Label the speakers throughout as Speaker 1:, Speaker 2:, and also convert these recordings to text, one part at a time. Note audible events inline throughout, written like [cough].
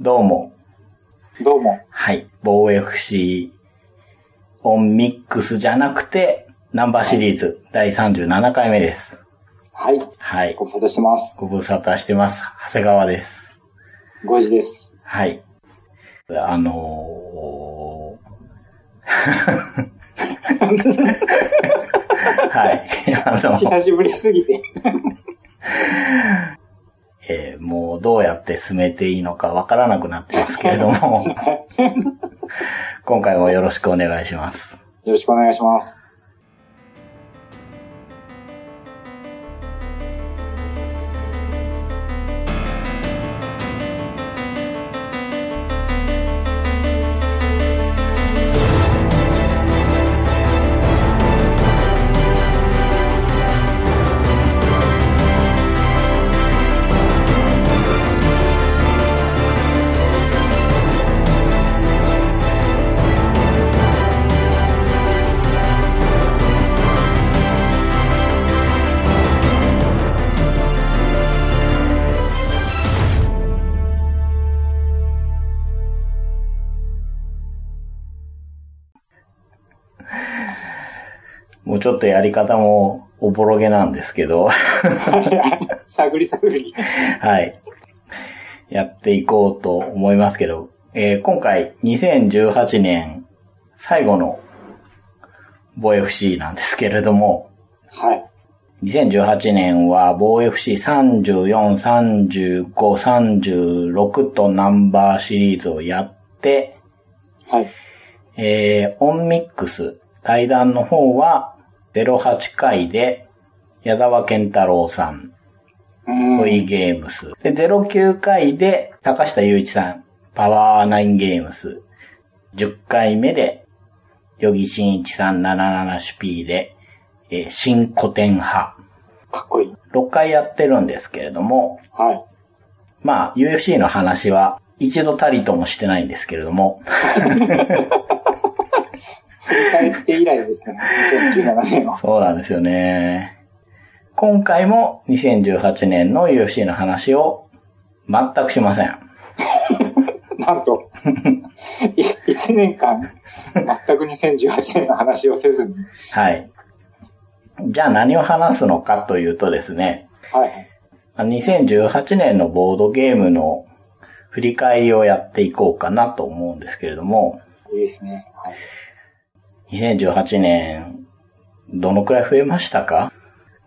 Speaker 1: どうも。
Speaker 2: どうも。
Speaker 1: はい。防衛 FC オンミックスじゃなくて、ナンバーシリーズ第37回目です。
Speaker 2: はい。
Speaker 1: はい
Speaker 2: ご。無沙汰してます。
Speaker 1: ご無沙汰してます。長谷川です。
Speaker 2: ご時です。
Speaker 1: はい。あのー、 [laughs] はい。あの
Speaker 2: 久しぶりすぎて。
Speaker 1: えーもうどうやって進めていいのかわからなくなってますけれども、今回もよろしくお願いします。
Speaker 2: よろしくお願いします。
Speaker 1: もうちょっとやり方もおぼろげなんですけど、 [laughs]
Speaker 2: 探り探り。
Speaker 1: はい。やっていこうと思いますけど、えー今回2018年最後のボ FC なんですけれども、
Speaker 2: はい。
Speaker 1: 2018年は防 FC34、35、36とナンバーシリーズをやって、
Speaker 2: はい。
Speaker 1: えー、オンミックス対談の方は08回で矢沢健太郎さん、
Speaker 2: うーん。
Speaker 1: トイゲームス。で、09回で高下雄一さん、パワーナインゲームス。10回目で、ヨギシンイチさん77シュピーで、えー新古典派。
Speaker 2: かっこいい。
Speaker 1: 6回やってるんですけれども、
Speaker 2: はい。
Speaker 1: まあ、UFC の話は一度たりともしてないんですけれども、
Speaker 2: 振り返って以来ですね。2017年は。
Speaker 1: そうなんですよね。今回も2018年の UFC の話を全くしません。
Speaker 2: なんと、い1年間、全く2018年の話をせずに。
Speaker 1: はい。じゃあ何を話すのかというとですね、
Speaker 2: はい。
Speaker 1: まあ2018年のボードゲームの振り返りをやっていこうかなと思うんですけれども、
Speaker 2: いいですね。はい。
Speaker 1: 2018年、どのくらい増えましたか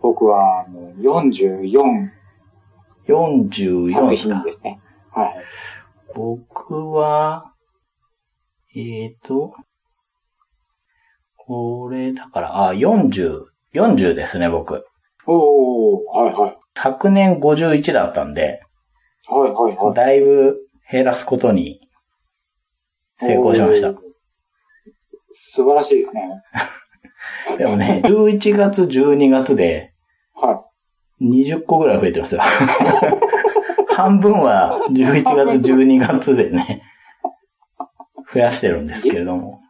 Speaker 2: 僕は、あの44
Speaker 1: ?44
Speaker 2: 作
Speaker 1: です
Speaker 2: 品
Speaker 1: か
Speaker 2: ですね。はい。
Speaker 1: 僕は、えっ、と、これ、だから、あ、40、40ですね、僕。
Speaker 2: おー、はいはい。
Speaker 1: 昨年51だったんで、
Speaker 2: はいはいはい。
Speaker 1: だいぶ減らすことに成功しまし
Speaker 2: お
Speaker 1: た
Speaker 2: ー。。素晴らしいですね。
Speaker 1: でもね、11月、12月で
Speaker 2: は
Speaker 1: 20個ぐらい増えて
Speaker 2: [laughs]
Speaker 1: ますよ。半分は11月、12月で
Speaker 2: [laughs]
Speaker 1: ね、増やしてるんですけれども。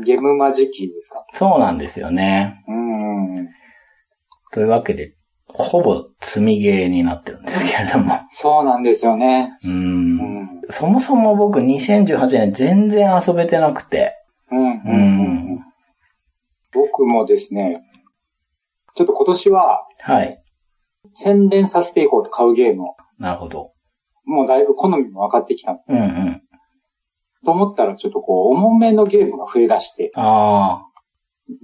Speaker 2: い。ゲームマジキーですか
Speaker 1: そうなんですよね。
Speaker 2: うーん。
Speaker 1: というわけで、ほぼ積みゲーになってるんですけれども。
Speaker 2: そうなんですよね。
Speaker 1: う。
Speaker 2: うんん。うん。
Speaker 1: そもそも僕2018年全然遊べてなくて。
Speaker 2: うん。
Speaker 1: う
Speaker 2: うん
Speaker 1: ん。
Speaker 2: 僕もですね、ちょっと今年は
Speaker 1: はい。
Speaker 2: 洗練させていこうと買うゲームを、
Speaker 1: なるほど。
Speaker 2: もうだいぶ好みも分かってきた
Speaker 1: うんうん。
Speaker 2: と思ったらちょっとこう、重めのゲームが増え出して、
Speaker 1: あ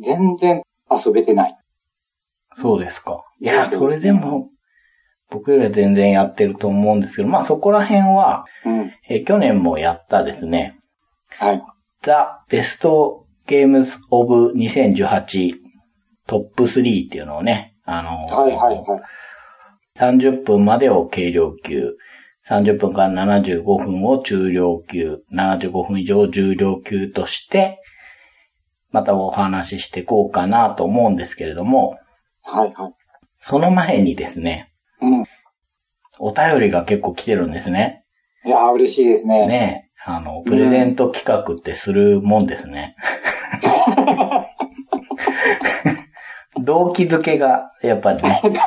Speaker 2: 全然遊べてない。
Speaker 1: あ、そうですか。いや、それでも、僕よりは全然やってると思うんですけど、まあそこら辺は、
Speaker 2: うん。
Speaker 1: えー去年もやったですね、
Speaker 2: はい。
Speaker 1: ザ・ベスト・ゲームズ・オブ2018トップ3っていうのをね、あのー
Speaker 2: はいはいはい。
Speaker 1: 30分までを軽量級、30分から75分を中量級、75分以上を重量級として、またお話ししていこうかなと思うんですけれども、
Speaker 2: はいはい。
Speaker 1: その前にですね、
Speaker 2: うん。
Speaker 1: お便りが結構来てるんですね。
Speaker 2: いやー嬉しいです [laughs] ね。
Speaker 1: ねえ、あの、プレゼント企画ってするもんですね。動機づけが、やっぱりね、
Speaker 2: 大好き。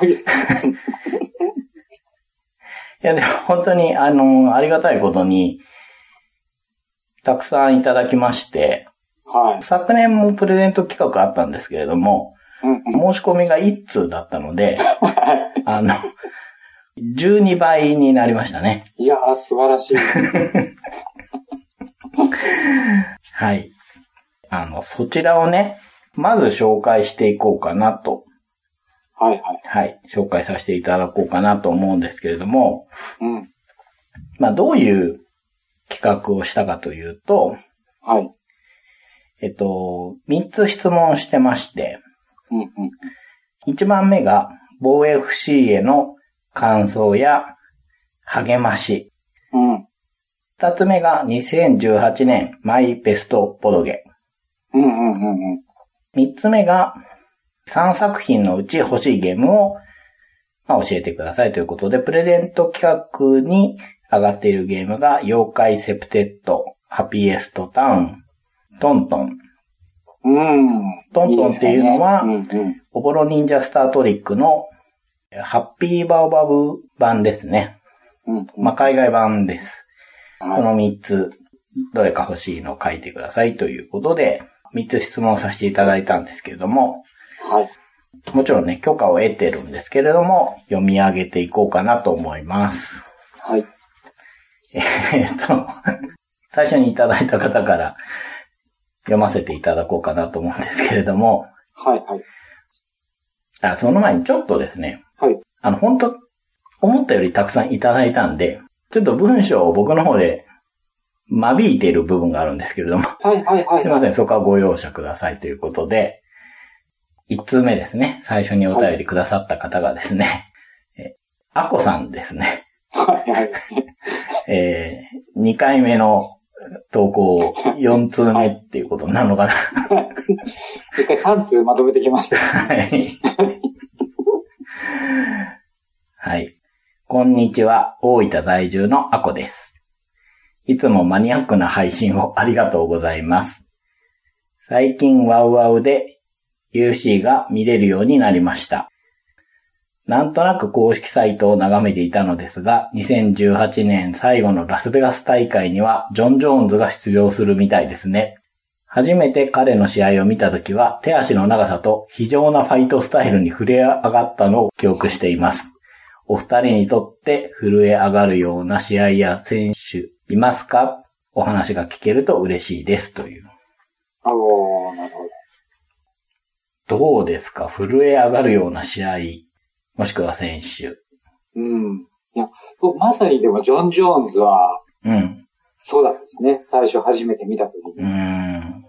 Speaker 1: や、でも本当に、あの、ありがたいことに、たくさんいただきまして、
Speaker 2: はい。
Speaker 1: 昨年もプレゼント企画あったんですけれども、
Speaker 2: うんうん。
Speaker 1: 申し込みが1通だったので、あの、12倍になりましたね。
Speaker 2: いやー、素晴らしい。
Speaker 1: はい。あの、そちらをね、まず紹介していこうかなと。
Speaker 2: はいはい。
Speaker 1: はい。紹介させていただこうかなと思うんですけれども、
Speaker 2: うん。
Speaker 1: まあ、どういう企画をしたかというと、
Speaker 2: はい。
Speaker 1: えっと、3つ質問をしてまして、
Speaker 2: うんうん。
Speaker 1: 1番目が、防 FC への感想や励まし。
Speaker 2: うん。
Speaker 1: 2つ目が、2018年マイベストボドゲ。
Speaker 2: うんうんうんうん。
Speaker 1: 3つ目が、3作品のうち欲しいゲームを、まあ、教えてくださいということで、プレゼント企画に上がっているゲームが、妖怪セプテッド、ハピエストタウン、トントン、
Speaker 2: うん。
Speaker 1: トントンっていうのはい
Speaker 2: いですねうん
Speaker 1: おぼろ忍者スタートリックの、えハッピーバオバブ版ですね。
Speaker 2: うん。うんうん。
Speaker 1: まあ、海外版です。
Speaker 2: は
Speaker 1: こ
Speaker 2: い
Speaker 1: の3つ、どれか欲しいのを書いてくださいということで、3つ質問させていただいたんですけれども、
Speaker 2: はい。
Speaker 1: もちろんね、許可を得てるんですけれども、読み上げていこうかなと思います。 [laughs]
Speaker 2: はい。
Speaker 1: えっと、最初にいただいた方から読ませていただこうかなと思うんですけれども、
Speaker 2: はいはい。
Speaker 1: あその前にちょっとですね、
Speaker 2: はい。
Speaker 1: あの、本当思ったよりたくさんいただいたんで、ちょっと文章を僕の方で間引いている部分があるんですけれども、 [laughs]
Speaker 2: はいはいはい
Speaker 1: すいません、そこはご容赦くださいということで、一通目ですね。最初にお便りくださった方がですね、えあこさんですね。
Speaker 2: はいはい。
Speaker 1: えー、2回目の投稿、4通目っていうことになるのかな。
Speaker 2: 一回3通まとめてきました。
Speaker 1: はい。はい。こんにちは、大分在住のあこです。いつもマニアックな配信をありがとうございます。最近ワウワウで UFC が見れるようになりました。なんとなく公式サイトを眺めていたのですが、2018年最後のラスベガス大会にはジョン・ジョーンズが出場するみたいですね。初めて彼の試合を見た時は手足の長さと非常なファイトスタイルに触れ上がったのを記憶しています。お二人にとって震え上がるような試合や選手いますかお話が聞けると嬉しいですという。
Speaker 2: あおー、なるほど。
Speaker 1: どうですか震え上がるような試合、もしくは選手。
Speaker 2: うん。いや、僕まさにでもジョン・ジョーンズは、
Speaker 1: うん。
Speaker 2: そうだったですね。最初初めて見たとき
Speaker 1: うー
Speaker 2: に。
Speaker 1: ん。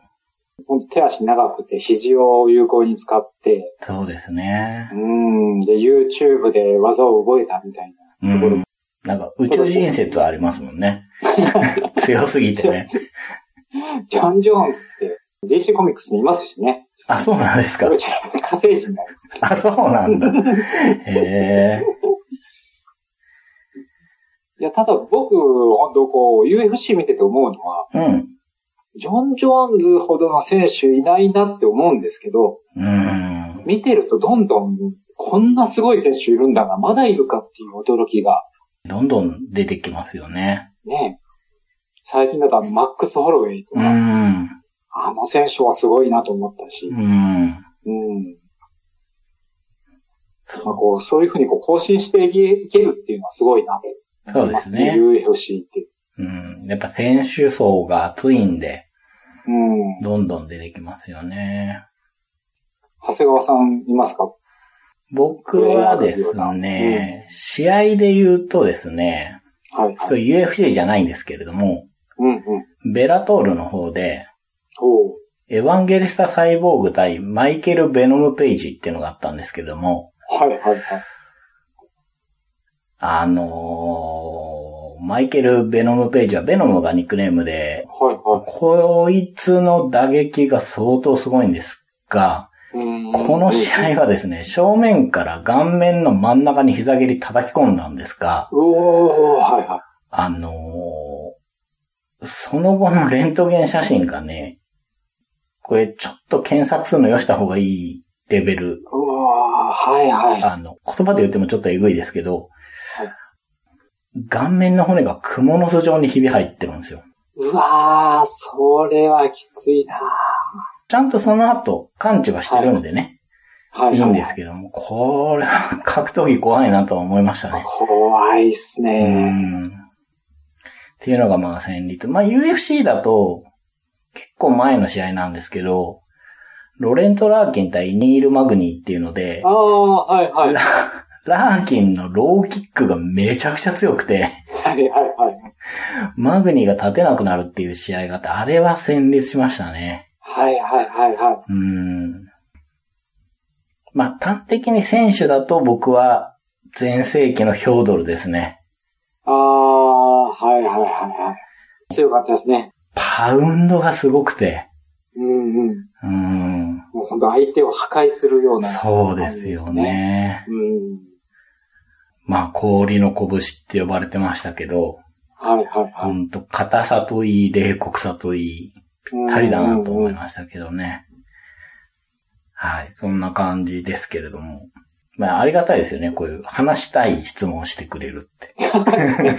Speaker 2: ほんと手足長くて肘を有効に使って、
Speaker 1: そうですね
Speaker 2: う。ん。で、YouTube で技を覚えたみたいな。
Speaker 1: うん。なんか宇宙人説ありますもんね。強すぎてね。
Speaker 2: ジョン・ジョーンズって DC コミックスにいますしね。
Speaker 1: あ、そうなんですか
Speaker 2: う。ち火星人なんです。
Speaker 1: あ、そうなんだ。へえ。
Speaker 2: いや、ただ僕、本当こう、UFC 見てて思うのは、
Speaker 1: うん。
Speaker 2: ジョン・ジョーンズほどの選手いないなって思うんですけど、
Speaker 1: うん。
Speaker 2: 見てるとどんどん、こんなすごい選手いるんだが、まだいるかっていう驚きが、
Speaker 1: どんどん出てきますよね。
Speaker 2: ね。最近だとあの、マックス・ホロウェイと
Speaker 1: う
Speaker 2: か、
Speaker 1: ん。
Speaker 2: あの選手はすごいなと思ったし、
Speaker 1: うん。
Speaker 2: うん。
Speaker 1: そ
Speaker 2: まあこう、そういうふうにこう更新していけいけるっていうのはすごいなって
Speaker 1: うそうですね。
Speaker 2: UFC って。
Speaker 1: うん。やっぱ選手層が厚いんで、
Speaker 2: うん。
Speaker 1: どんどん出てきますよね。
Speaker 2: 長谷川さんいますか
Speaker 1: 僕はですね、試合で言うとですね、
Speaker 2: はい、
Speaker 1: こ
Speaker 2: はい。
Speaker 1: れ UFC じゃないんですけれども、
Speaker 2: うんうん。
Speaker 1: ベラトールの方で、
Speaker 2: おう
Speaker 1: エヴァンゲリスタ・サイボーグ対マイケル・ベノム・ペイジっていうのがあったんですけれども、
Speaker 2: はいはいはい。
Speaker 1: あのーマイケル・ベノム・ページはベノムがニックネームで、
Speaker 2: はいは
Speaker 1: こいつの打撃が相当すごいんですが、
Speaker 2: い。うん
Speaker 1: この試合はですね、正面から顔面の真ん中に膝蹴り叩き込んだんですが、
Speaker 2: うおー、はいは
Speaker 1: あのーその後のレントゲン写真がね、これちょっと検索するのよした方がいいレベル
Speaker 2: い。うわー、はいはい。
Speaker 1: あの、言葉で言ってもちょっとエグいですけど
Speaker 2: はい、
Speaker 1: 顔面の骨が蜘蛛の巣状にひび入ってるんですよ。
Speaker 2: うわー、それはきついな
Speaker 1: ちゃんとその後、感知はしてるんでね、、
Speaker 2: はいい。
Speaker 1: いんですけども、これは格闘技怖いなとは思いましたね。
Speaker 2: 怖いっす
Speaker 1: う
Speaker 2: ね。
Speaker 1: ん。っていうのがまあ戦利と。まあ UFC だと、結構前の試合なんですけど、ロレント・ラーキン対ニール・マグニーっていうので
Speaker 2: あ、あ、はいはい。
Speaker 1: ララーキンのローキックがめちゃくちゃ強くて、
Speaker 2: はいはいはい。
Speaker 1: マグニーが立てなくなるっていう試合があって、あれは戦慄しましたね。
Speaker 2: はいはいはいは
Speaker 1: うん。まあ、端的に選手だと僕は、前世紀のヒョードルですね。
Speaker 2: い。ああ、はいはいはいはい。強かったですね。
Speaker 1: パウンドがすごくて。
Speaker 2: うんうん。
Speaker 1: うん。
Speaker 2: もう本当相手を破壊するような。
Speaker 1: そうですよね。
Speaker 2: うん。
Speaker 1: まあ、氷の拳って呼ばれてましたけど、
Speaker 2: はいはいは
Speaker 1: ほ
Speaker 2: い。
Speaker 1: んと、硬さといい、冷酷さといい、ぴったりだなと思いましたけどね。はい、そんな感じですけれども。まあ、ありがたいですよね。こういう話したい質問をしてくれるって。 [laughs]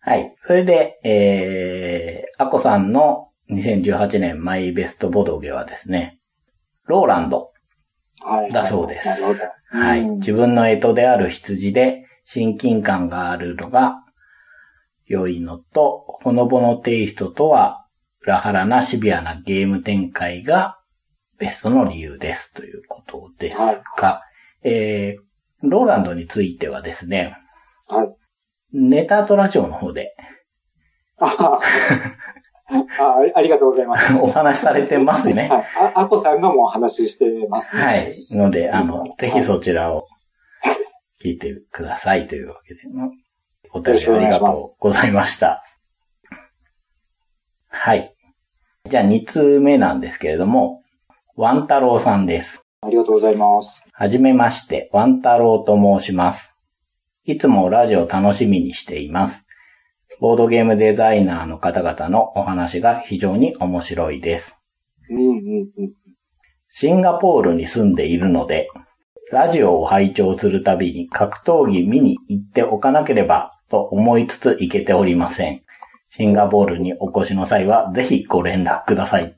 Speaker 1: はい。それで、えー、アコさんの2018年マイベストボドゲはですね、ローランド。
Speaker 2: はい。
Speaker 1: だそうです
Speaker 2: なるほど。
Speaker 1: はい。
Speaker 2: うん
Speaker 1: 自分の干支である羊で親近感があるのが良いのと、ほのぼのテイストとは裏腹なシビアなゲーム展開がベストの理由ですということですが、えー、ローランドについてはですね、 [laughs]
Speaker 2: はい。
Speaker 1: ネタとラジオの方で [laughs]
Speaker 2: あははあありがとうございます。
Speaker 1: お話しされてますね。
Speaker 2: はい。あ、あこさんがもう話してますね。
Speaker 1: はい。ので、あの
Speaker 2: いいで、す
Speaker 1: ぜ
Speaker 2: ね
Speaker 1: ひそちらを聞いてくださいというわけで、お便りあ
Speaker 2: よろしくお
Speaker 1: り
Speaker 2: 願い
Speaker 1: が
Speaker 2: します
Speaker 1: とうございました。はい。じゃあ2通目なんですけれども、ワン太郎さんです。
Speaker 2: ありがとうございます。
Speaker 1: はじめまして、ワン太郎と申します。いつもラジオ楽しみにしています。ボードゲームデザイナーの方々のお話が非常に面白いです。
Speaker 2: うんうんうん。
Speaker 1: シンガポールに住んでいるので、ラジオを拝聴するたびに格闘技見に行っておかなければと思いつつ行けておりません。シンガポールにお越しの際はぜひご連絡ください。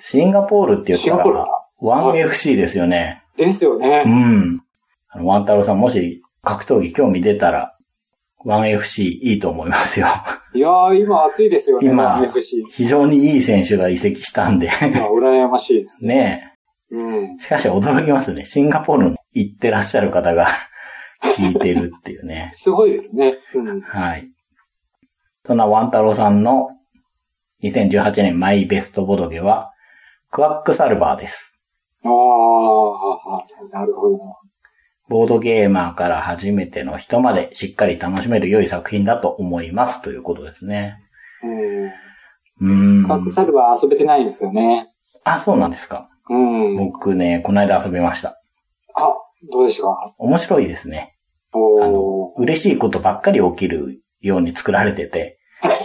Speaker 1: シンガポールって言っ
Speaker 2: シ
Speaker 1: た
Speaker 2: ンガポール
Speaker 1: ら、1FC ですよね。
Speaker 2: ですよ
Speaker 1: う
Speaker 2: ね。
Speaker 1: ん。あの、ワンタロウさんもし格闘技興味出たら、1FC いいと思いますよ。
Speaker 2: いやー、今暑いですよね。
Speaker 1: 今
Speaker 2: FC。い
Speaker 1: 非常にいい選手が移籍したんで、
Speaker 2: や羨ましいですね。
Speaker 1: ねえ。
Speaker 2: うん。
Speaker 1: しかし驚きますね。シンガポールに行ってらっしゃる方が [laughs] 聞いてるっていうね。
Speaker 2: すごいですね。うん。
Speaker 1: はい。そんなワンタロウさんの2018年マイベストボドゲは、クワックサルバーです。
Speaker 2: あー、なるほど。
Speaker 1: ボードゲーマーから初めての人までしっかり楽しめる良い作品だと思いますということですね。
Speaker 2: う
Speaker 1: う
Speaker 2: ん。
Speaker 1: ーん。
Speaker 2: カクサルは遊べてないんですよね。
Speaker 1: あ、そうなんですか。
Speaker 2: うん。
Speaker 1: 僕ね、この間遊びました。
Speaker 2: あ、どうでしたか
Speaker 1: 面白いですね。あの
Speaker 2: お、
Speaker 1: 嬉しいことばっかり起きるように作られてて、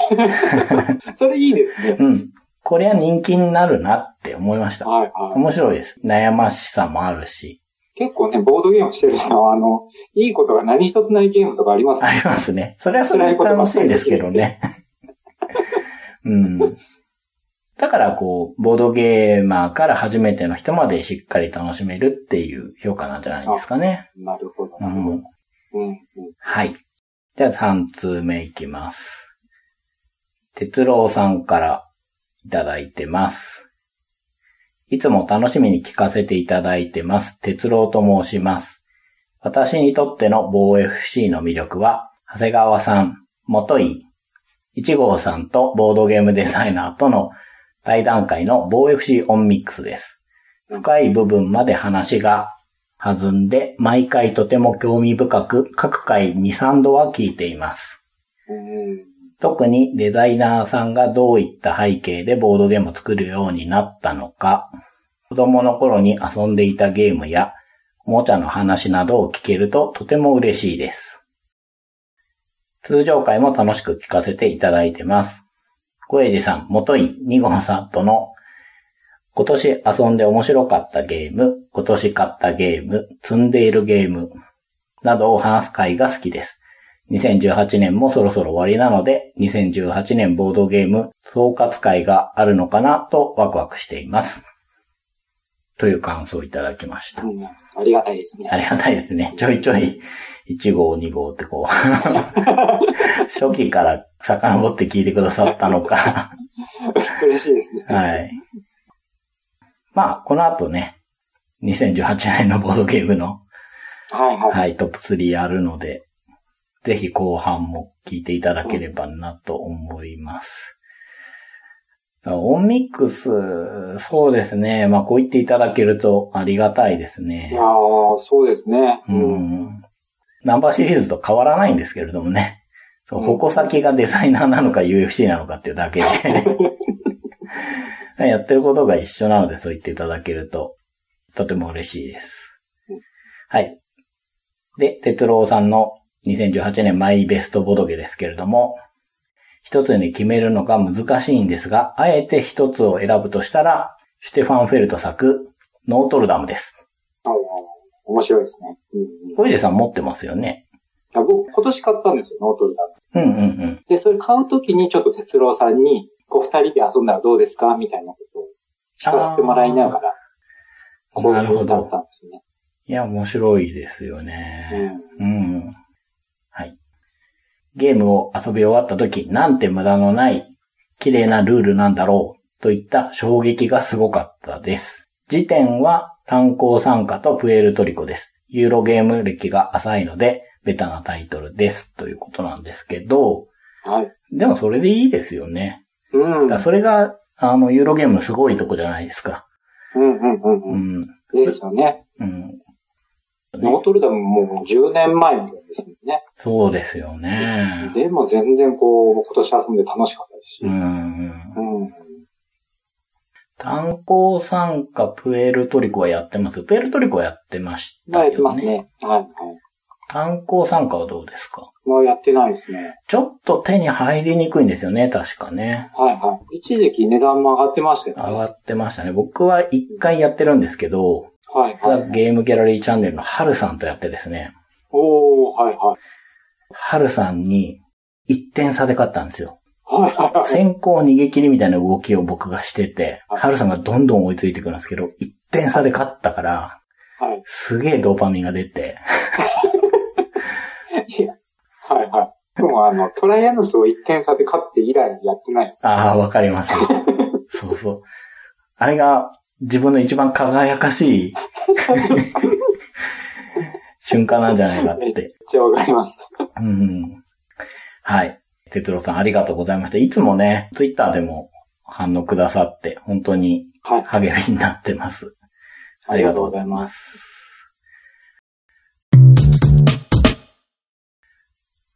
Speaker 2: ー。それいいですね。
Speaker 1: うん。これは人気になるなって思いました。
Speaker 2: はいはい。
Speaker 1: 面白いです。悩ましさもあるし。
Speaker 2: 結構ね、ボードゲームしてる人は、あの、いいことが何一つないゲームとかあります
Speaker 1: あ
Speaker 2: ね。
Speaker 1: りますね。それはそれで楽しいですけどね。うん。だからこう、ボードゲーマーから初めての人までしっかり楽しめるっていう評価なんじゃないですかね。
Speaker 2: なるほど。
Speaker 1: う
Speaker 2: なるほ
Speaker 1: ん
Speaker 2: ど。。うん。うん
Speaker 1: はい。じゃあ3通目いきます。哲郎さんからいただいてます。いつも楽しみに聞かせていただいてます。哲郎と申します。私にとっての某 FC の魅力は、長谷川さん、元井、一号さんとボードゲームデザイナーとの対談会の某 FC オンミックスです。深い部分まで話が弾んで、毎回とても興味深く、各回2、3度は聞いています。
Speaker 2: うん。
Speaker 1: 特にデザイナーさんがどういった背景でボードゲームを作るようになったのか、子供の頃に遊んでいたゲームや、おもちゃの話などを聞けるととても嬉しいです。通常回も楽しく聞かせていただいてます。小エジさん、元井二号さんとの今年遊んで面白かったゲーム、今年買ったゲーム、積んでいるゲーム、などを話す会が好きです。2018年もそろそろ終わりなので、2018年ボードゲーム総括会があるのかなとワクワクしています。という感想をいただきました。
Speaker 2: うん。ありがたいですね。
Speaker 1: ありがたいですね。ちょいちょい、1号、2号ってこう、 [laughs] 初期から遡って聞いてくださったのか。
Speaker 2: 嬉しいですね。
Speaker 1: はい。まあ、この後ね、2018年のボードゲームの、
Speaker 2: はいはい。
Speaker 1: はい、トップ3やるので、ぜひ後半も聞いていただければなと思います。さあオンミックス、そうですね。まあ、こう言っていただけるとありがたいですね。
Speaker 2: いやー、そうですね。
Speaker 1: う。んナンバーシリーズと変わらないんですけれどもね。そう、矛先がデザイナーなのか UFC なのかっていうだけで。 [laughs] やってることが一緒なので、そう言っていただけると、とても嬉しいです。はい。で、哲郎さんの2018年マイベストボドゲですけれども、一つに決めるのが難しいんですが、あえて一つを選ぶとしたら、シュテファン・フェルト作、ノートルダムです。
Speaker 2: あー面白いですね。うんうん。い
Speaker 1: 小出さん持ってますよね。
Speaker 2: や僕、今年買ったんですよ、ノートルダ
Speaker 1: う
Speaker 2: ム。
Speaker 1: んうんうん。
Speaker 2: で、それ買うときにちょっと哲郎さんに、こう二人で遊んだらどうですかみたいなことを聞かせてもらいながら、こうい
Speaker 1: なる
Speaker 2: う
Speaker 1: ほ
Speaker 2: のだっ
Speaker 1: ど。
Speaker 2: たんですね。
Speaker 1: いや、面白いですよ
Speaker 2: う
Speaker 1: ね。
Speaker 2: ん。
Speaker 1: うん。はい。ゲームを遊び終わった時、なんて無駄のない、綺麗なルールなんだろう、といった衝撃がすごかったです。時点は炭鉱参加とプエルトリコです。ユーロゲーム歴が浅いので、ベタなタイトルです、ということなんですけど、
Speaker 2: はい。
Speaker 1: でもそれでいいですよね。
Speaker 2: うん。う
Speaker 1: だ
Speaker 2: ん
Speaker 1: からそれが、あの、ユーロゲームのすごいとこじゃないですか。
Speaker 2: うんうん
Speaker 1: う
Speaker 2: うん。
Speaker 1: ん。
Speaker 2: ですよね。
Speaker 1: うん。
Speaker 2: ノートルダムもう10年前のゲームですもんね。
Speaker 1: そうですよね。
Speaker 2: でも全然こう、今年遊んで楽しかったですし。
Speaker 1: うん。
Speaker 2: うん。
Speaker 1: 炭鉱参加プエルトリコはやってます。プエルトリコはやってました
Speaker 2: まあ
Speaker 1: よ、ね。
Speaker 2: やってますね。はいはい。
Speaker 1: 炭鉱参加はどうですか
Speaker 2: もうやってないですね。
Speaker 1: ちょっと手に入りにくいんですよね、確かね。
Speaker 2: はいはい。一時期値段も上がってましたよね。
Speaker 1: 上がってましたね。僕は一回やってるんですけど、
Speaker 2: はい
Speaker 1: ザ・
Speaker 2: はい。
Speaker 1: ゲームギャラリーチャンネルのハルさんとやってですね、
Speaker 2: おー、はいはい。
Speaker 1: ハルさんに1点差で勝ったんですよ。
Speaker 2: はいはいはい。
Speaker 1: 先行逃げ切りみたいな動きを僕がしてて、ハルさんがどんどん追いついてくるんですけど、1点差で勝ったから、
Speaker 2: はい。
Speaker 1: すげえドーパミンが出て、
Speaker 2: いやはいはい。でもあの、トライアヌスを1点差で勝って以来やってないです。
Speaker 1: ああ、わかります。そうそう。あれが自分の一番輝かしい瞬間なんじゃないかっ。
Speaker 2: めってちゃわかります。
Speaker 1: うん。はい。哲郎さんありがとうございました。いつもね、ツイッターでも反応くださって、本当に
Speaker 2: はい。
Speaker 1: 励みになってます。ありがとうございま。す。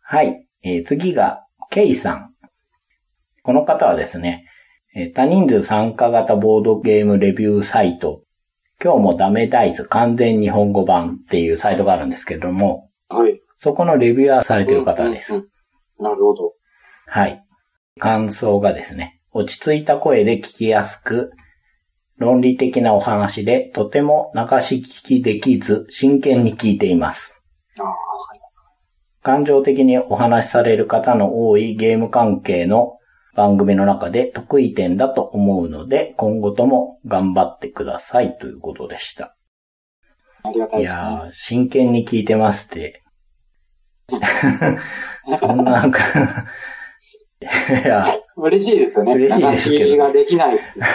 Speaker 1: はい。えー次が、ケイさん。この方はですね、えー多人数参加型ボードゲームレビューサイト、今日もダメダイズ完全日本語版っていうサイトがあるんですけれども、
Speaker 2: はい。
Speaker 1: そこのレビューアーされてる方です
Speaker 2: う。んうんうん。なるほど。
Speaker 1: はい。感想がですね、落ち着いた声で聞きやすく、論理的なお話で、とても流し聞きできず、真剣に聞いています。
Speaker 2: あーは
Speaker 1: 感情的にお話しされる方の多いゲーム関係の番組の中で得意点だと思うので、今後とも頑張ってくださいということでした。
Speaker 2: いありがたい
Speaker 1: い
Speaker 2: ですね。
Speaker 1: やー、真剣に聞いてますって。そんな、 [laughs] いや、
Speaker 2: [laughs] 嬉しいですよね。
Speaker 1: 嬉しいですけど
Speaker 2: 流しができないっていう。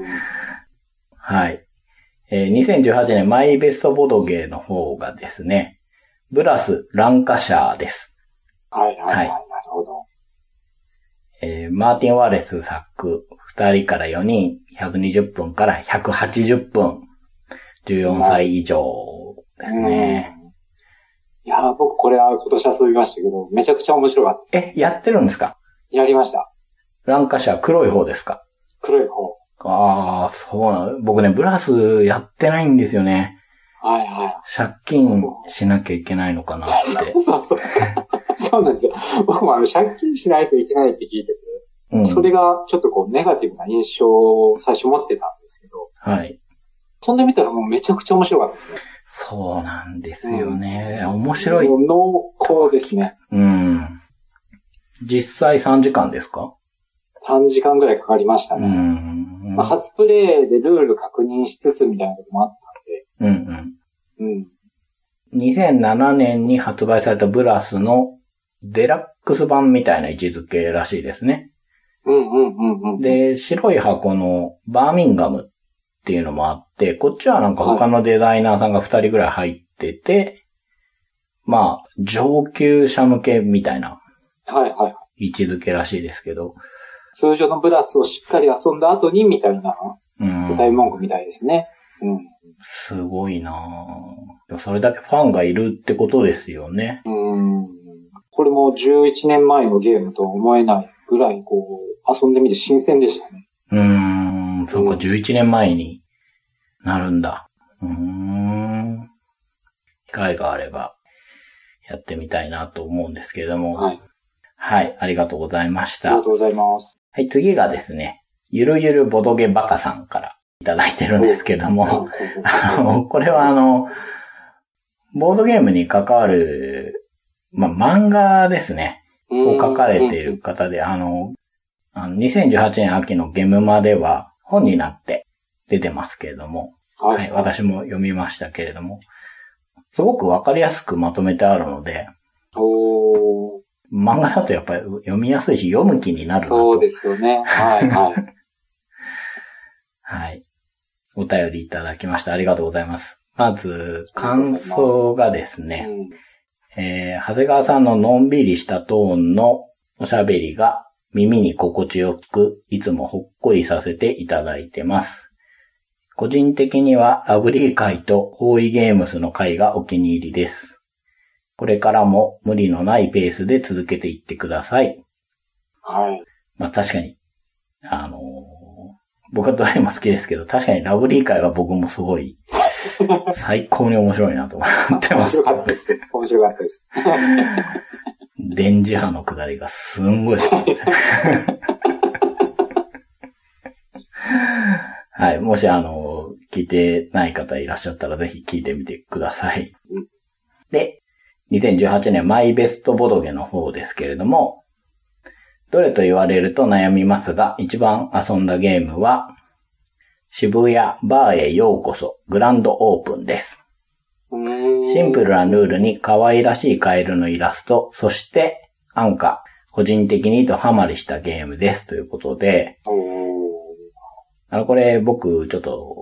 Speaker 2: うん
Speaker 1: はい。えー2018年マイベストボドゲーの方がですね、ブラス・ランカシャーです。
Speaker 2: はいはい
Speaker 1: は
Speaker 2: はいい。なるほど。
Speaker 1: えーマーティン・ワーレス作、2人から4人、120分から180分、14歳以上ですね。
Speaker 2: うんいやー、僕これは今年遊びましたけど、めちゃくちゃ面白かったで
Speaker 1: え、やってるんですか
Speaker 2: す。やりました。
Speaker 1: ランカシャー黒い方ですか
Speaker 2: 黒い方。
Speaker 1: ああ、そうなの。僕ね、ブラスやってないんですよね。
Speaker 2: はいは
Speaker 1: 借金しなきゃいけないのかな
Speaker 2: [laughs]
Speaker 1: って
Speaker 2: い。。そうそう。そうなんですよ。僕もあの、借金しないといけないって聞いてて、
Speaker 1: うん、
Speaker 2: それがちょっとこう、ネガティブな印象を最初持ってたんで
Speaker 1: はい。
Speaker 2: 飛んでみたらもうめちゃくちゃ面白かったですね。
Speaker 1: そうなんですよね。面白い。
Speaker 2: もう濃厚ですね。
Speaker 1: うん。実際3時間ですか
Speaker 2: 3時間ぐらいかかりました
Speaker 1: う
Speaker 2: ね。
Speaker 1: ん。
Speaker 2: まあ、初プレイでルール確認しつつみたいなこともあっ
Speaker 1: うんうん。
Speaker 2: た。うん。
Speaker 1: 2007年に発売されたブラスのデラックス版みたいな位置づけらしいですね。
Speaker 2: うんうんうんうん。、
Speaker 1: で、白い箱のバーミンガムっていうのもあって、こっちはなんか他のデザイナーさんが2人ぐらい入ってて、まあ、上級者向けみたいな
Speaker 2: はいはい。
Speaker 1: 位置づけらしいですけど。
Speaker 2: 通常のブラスをしっかり遊んだ後にみたいな
Speaker 1: うん。
Speaker 2: 歌い文句みたいですね。うん。
Speaker 1: すごいなぁでもそれだけファンがいるってことですよね。
Speaker 2: うん。これも11年前のゲームとは思えないぐらい、こう、遊んでみて新鮮でしたね。
Speaker 1: うーん、そうか、
Speaker 2: うん
Speaker 1: 11年前になるんだ。うーん。機会があれば、やってみたいなと思うんですけれども。
Speaker 2: はい。
Speaker 1: はい、ありがとうございまし
Speaker 2: あり
Speaker 1: た
Speaker 2: が。とうございます。
Speaker 1: はい、次がですね、ゆるゆるボドゲバカさんからいただいてるんですけれども。あの、これはあの、ボードゲームに関わる、まあ、漫画ですね。を書かれている方で、あの、あの2018年秋のゲムマでは本になって出てますけれども、
Speaker 2: うん。うんうん
Speaker 1: はい、私も読みましたけれども、すごくわかりやすくまとめてあるので、
Speaker 2: おー
Speaker 1: 漫画だとやっぱり読みやすいし、読む気になるなと。
Speaker 2: そうですよね。はいはい。
Speaker 1: はい。お便りいただきました。ありがとうございます。まず、感想がですね、
Speaker 2: うん
Speaker 1: えー、長谷川さんののんびりしたトーンのおしゃべりが耳に心地よく、いつもほっこりさせていただいてます。個人的にはアグリー会と方位ゲームスの会がお気に入りです。これからも無理のないペースで続けていってください。
Speaker 2: はい。
Speaker 1: まあ確かに、あのー僕はどれも好きですけど、確かにラブリー会は僕もすごい、最高に面白いなと思ってま
Speaker 2: 面
Speaker 1: す
Speaker 2: 白。かったです。面白かったです。
Speaker 1: 電磁波の下りがすんごい好きです。 [laughs] はい。もし、あの、聞いてない方いらっしゃったら、ぜひ聞いてみてください
Speaker 2: うん。
Speaker 1: で、2018年マイベストボドゲの方ですけれども、どれと言われると悩みますが、一番遊んだゲームは、渋谷バーへようこそグランドオープンです。シ
Speaker 2: シ
Speaker 1: ンプルなルールに可愛らしいカエルのイラスト、そして、安価、個人的にとハマりしたゲームです。ということで、
Speaker 2: お
Speaker 1: あの、これ僕、ちょっと、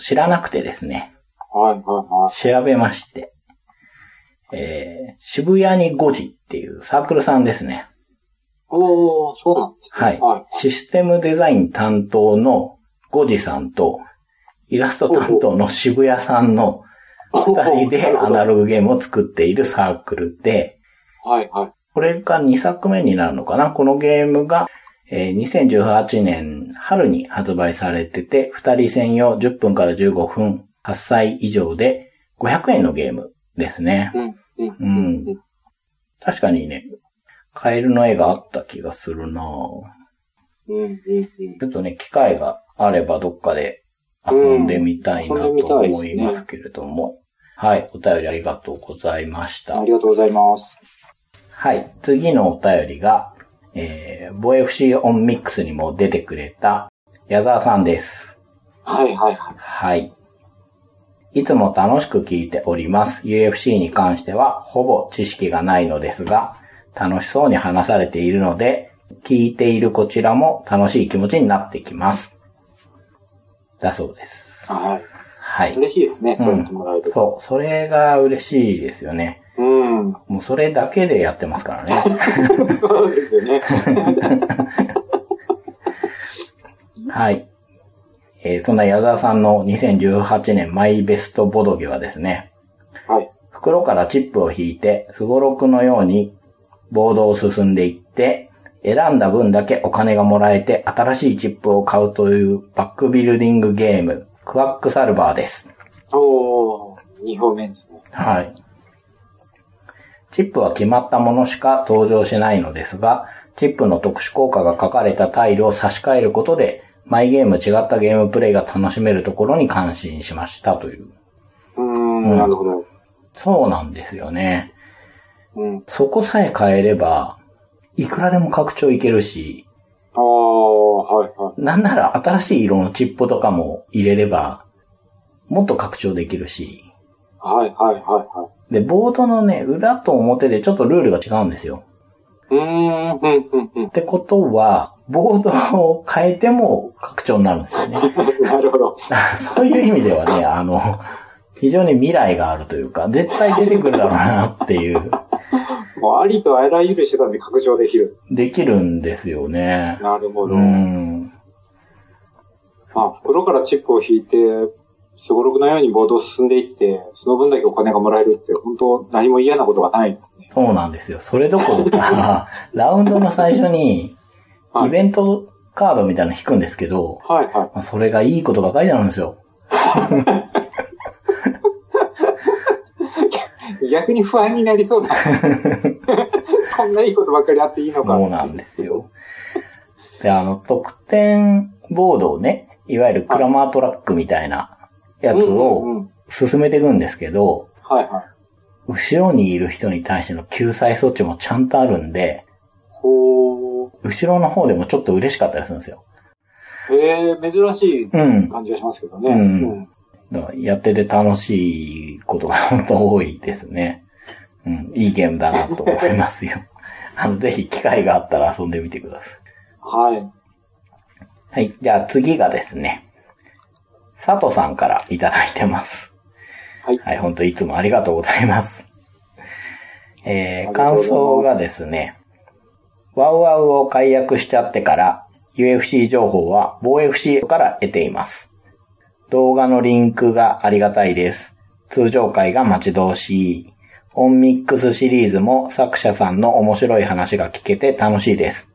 Speaker 1: 知らなくてですね、
Speaker 2: ーはいはいは
Speaker 1: 調べまして、えー、渋谷に5時っていうサークルさんですね。
Speaker 2: い。おー、そうなんですね。
Speaker 1: はい
Speaker 2: は。
Speaker 1: システムデザイン担当の5時さんと、イラスト担当の渋谷さんの
Speaker 2: い。
Speaker 1: 2人でアナ
Speaker 2: る
Speaker 1: ログゲームを作っているサークルで、
Speaker 2: ほどはいはい。
Speaker 1: これが2作目になるのかなこのゲームが、えー2018年春に発売されてて、2人専用10分から15分、8歳以上で500円のゲームですね。
Speaker 2: うん、うん、
Speaker 1: う
Speaker 2: うんん。うん
Speaker 1: 確かにね、カエルの絵があった気がするなぁ
Speaker 2: うん、うん
Speaker 1: ちょっとね、機会があればどっかで遊んでみたいなと
Speaker 2: うん遊んでみたいです
Speaker 1: 思
Speaker 2: ね
Speaker 1: いますけれども。はい、お便りありがとうございました。
Speaker 2: ありがとうございます。
Speaker 1: はい。次のお便りが、えー、ボエ FC オンミックスにも出てくれた、矢沢さんです。
Speaker 2: はいはいはい。
Speaker 1: はい。いつも楽しく聞いております。UFC に関しては、ほぼ知識がないのですが、楽しそうに話されているので、聞いているこちらも楽しい気持ちになってきます。だそうです。
Speaker 2: は。
Speaker 1: はいい。
Speaker 2: 嬉しいですね、そう言ってもらえると。
Speaker 1: そう。それが嬉しいですよね。
Speaker 2: うん。
Speaker 1: もうそれだけでやってますからね。
Speaker 2: そうですよね。
Speaker 1: はい。えーそんな矢沢さんの2018年マイベストボドゲはですね、
Speaker 2: はい。
Speaker 1: 袋からチップを引いて、すごろくのようにボードを進んでいって、選んだ分だけお金がもらえて新しいチップを買うというバックビルディングゲーム、クワックサルバーです。
Speaker 2: おー、二本目ですね。
Speaker 1: はい。チップは決まったものしか登場しないのですが、チップの特殊効果が書かれたタイルを差し替えることで、毎ゲーム違ったゲームプレイが楽しめるところに感心しましたという。
Speaker 2: うーん、なるほど。
Speaker 1: そうなんですよね。
Speaker 2: うん。
Speaker 1: そこさえ変えれば、いくらでも拡張いけるし、
Speaker 2: ああ、はいはい。
Speaker 1: なんなら新しい色のチップとかも入れれば、もっと拡張できるし、
Speaker 2: はいはいはいは
Speaker 1: で、ボードのね、裏と表でちょっとルールが違うんですよ。
Speaker 2: い。うーん、うん、うん、うん [laughs]
Speaker 1: っ。てことは、ボードを変えても拡張になるんですよね。
Speaker 2: [laughs] なるほど。
Speaker 1: そういう意味ではね、あの、非常に未来があるというか、絶対出てくるだろうなっていう、
Speaker 2: もうありとあらゆる手段で拡張できる。
Speaker 1: できるんですよね。
Speaker 2: なるほど。
Speaker 1: う
Speaker 2: ま
Speaker 1: ん。
Speaker 2: あ、袋からチップを引いて、すごろくのようにボードを進んでいって、その分だけお金がもらえるって、本当何も嫌なことがないですね。
Speaker 1: そうなんですよ。それどころか、ラウンドの最初に、
Speaker 2: はい
Speaker 1: イベントカードみたいなの引くんですけど、
Speaker 2: はいはい。
Speaker 1: まあそれがいいことが書いてあるんですよ。
Speaker 2: 逆に不安になり
Speaker 1: [laughs]
Speaker 2: そうな。こんないいことばっかりあっていいのか。
Speaker 1: そうなんですよ。で、あの、得点ボードをね、いわゆるクラマートラックみたいなやつ
Speaker 2: うんうん
Speaker 1: を
Speaker 2: うん
Speaker 1: 進めていくんですけど、
Speaker 2: はいはい。
Speaker 1: 後ろにいる人に対しての救済措置もちゃんとあるんで、
Speaker 2: ほう。
Speaker 1: 後ろの方でもちょっと嬉しかったりするんですよ。
Speaker 2: へえ、珍し
Speaker 1: うん
Speaker 2: い。感じがしますけどね。
Speaker 1: うん
Speaker 2: うん
Speaker 1: だからやってて楽しいことが本当多いですね。うん、いいゲームだなと思いますよ。 [laughs] あの、ぜひ機会があったら遊んでみてください。
Speaker 2: はい。
Speaker 1: はい。じゃあ次がですね、佐藤さんからいただいてます。
Speaker 2: はい。
Speaker 1: はい、本当いつもありがとうございます。え
Speaker 2: あ
Speaker 1: ー、
Speaker 2: りが
Speaker 1: 感
Speaker 2: とうございます
Speaker 1: 想がですね、ワウワウを解約しちゃってから、UFC 情報は某 FC から得ています。動画のリンクがありがたいです。通常回が待ち遠しい。オンミックスシリーズも作者さんの面白い話が聞けて楽しいです。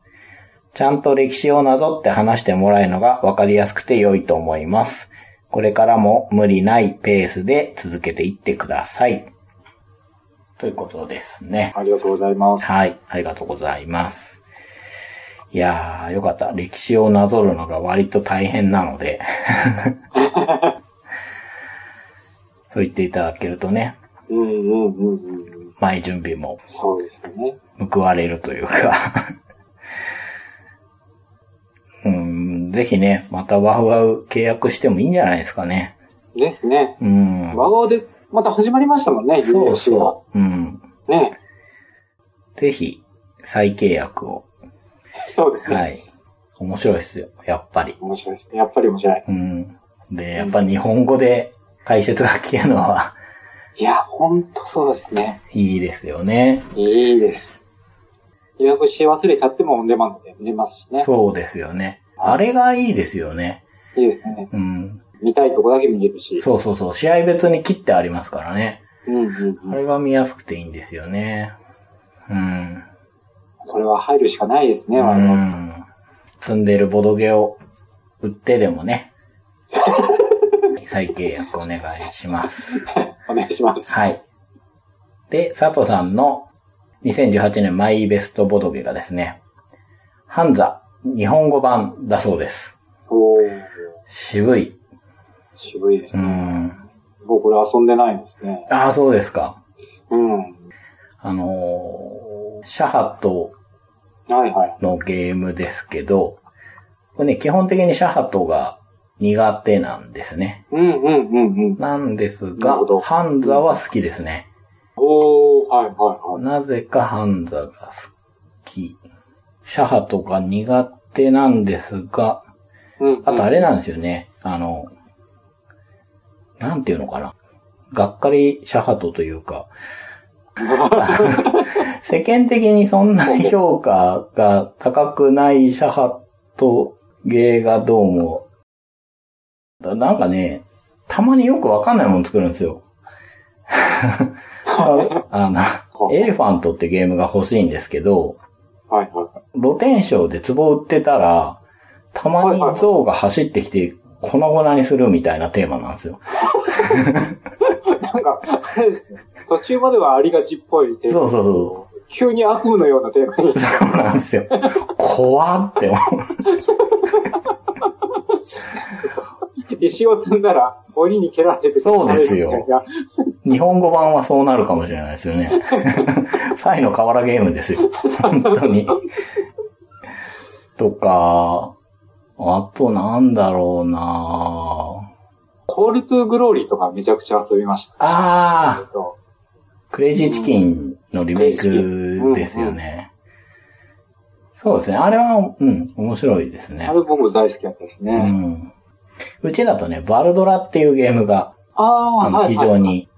Speaker 1: ちゃんと歴史をなぞって話してもらえるのが分かりやすくて良いと思います。これからも無理ないペースで続けていってください。ということですね。
Speaker 2: ありがとうございます。
Speaker 1: はい。ありがとうございます。いやー、よかった。歴史をなぞるのが割と大変なので。そう言っていただけるとね、
Speaker 2: うんうんうんうん。
Speaker 1: 前準備も
Speaker 2: そうですよね。
Speaker 1: 報われるというか。 [laughs] うん、ぜひね、またワウワウ契約してもいいんじゃないですかね。
Speaker 2: ですね。
Speaker 1: うん。
Speaker 2: ワウワウで、また始まりましたもんね、
Speaker 1: そう
Speaker 2: UFC が。
Speaker 1: そう。うん。
Speaker 2: ね。
Speaker 1: ぜひ、再契約を。
Speaker 2: そうですね。
Speaker 1: はい。面白いですよ、やっぱり。
Speaker 2: 面白いですね。やっぱり面白い。
Speaker 1: うん。で、やっぱ日本語で解説が聞けるのは
Speaker 2: いや、ほんとそうですね。
Speaker 1: いいですよね。
Speaker 2: いいです。予約し忘れちゃってもオンデマンドで見れますしね。
Speaker 1: そうですよね。あれがいいですよね。
Speaker 2: いいですね。
Speaker 1: うん。
Speaker 2: 見たいとこだけ見れるし。
Speaker 1: そうそうそう。試合別に切ってありますからね。
Speaker 2: うんうん
Speaker 1: あ
Speaker 2: うん。
Speaker 1: れが見やすくていいんですよね。うん。
Speaker 2: これは入るしかないですね、
Speaker 1: う
Speaker 2: 我々。
Speaker 1: ん。積んでるボドゲを売ってでもね。再契約お願いします。
Speaker 2: お願いします。
Speaker 1: はい。で、佐藤さんの2018年マイベストボドゲがですね、ハンザ日本語版だそうです。
Speaker 2: おー
Speaker 1: 渋い。
Speaker 2: 渋いです
Speaker 1: う
Speaker 2: ね。
Speaker 1: ん。
Speaker 2: 僕これ遊んでないですね。
Speaker 1: ああ、そうですか。
Speaker 2: うん。はい
Speaker 1: あのーシャハト
Speaker 2: はい。
Speaker 1: のゲームですけど、これね、基本的にシャハトが苦手なんですね。
Speaker 2: うんうんうんうん。
Speaker 1: なんです
Speaker 2: なる
Speaker 1: が
Speaker 2: ほど、
Speaker 1: ハンザは好きですね。
Speaker 2: おー、はいはいはい。
Speaker 1: なぜかハンザが好き。シャハとか苦手なんですが、
Speaker 2: うんうん
Speaker 1: あとあれなんですよね。あの、なんていうのかな。がっかりシャハトというか、世間的にそんなに評価が高くないシャハト芸がどうも、だなんかね、たまによくわかんないもの作るんですよ。あの、エレファントってゲームが欲しいんですけど、
Speaker 2: はいは
Speaker 1: 露天商で壺を売ってたら、たまに象が走ってきて粉々にするみたいなテーマなんですよ。
Speaker 2: い。なんか、 [laughs] あれですね。途中まではありがちっぽいテーマ
Speaker 1: そうそうそ
Speaker 2: 急に悪夢のようなテーマに
Speaker 1: う。。そうなんですよ。怖って思う。
Speaker 2: 石を積んだら鬼に蹴られて
Speaker 1: そうですよ
Speaker 2: 倒れるみたいな
Speaker 1: 日本語版はそうなるかもしれないですよね。 [laughs] サイの河原ゲームですよ。本当に。とか、あとなんだろうな
Speaker 2: コールトゥーグローリーとかめちゃくちゃ遊びました。
Speaker 1: あ
Speaker 2: えっと
Speaker 1: ー、クレイジーチキンのリメイクですよね。そうですね。あれは、うん、面白いですね
Speaker 2: あ。れ僕大好きやったですね。
Speaker 1: うん。うちだとね、バルドラっていうゲームが、
Speaker 2: ああ、
Speaker 1: あの、
Speaker 2: はい、
Speaker 1: 非常
Speaker 2: はい。
Speaker 1: に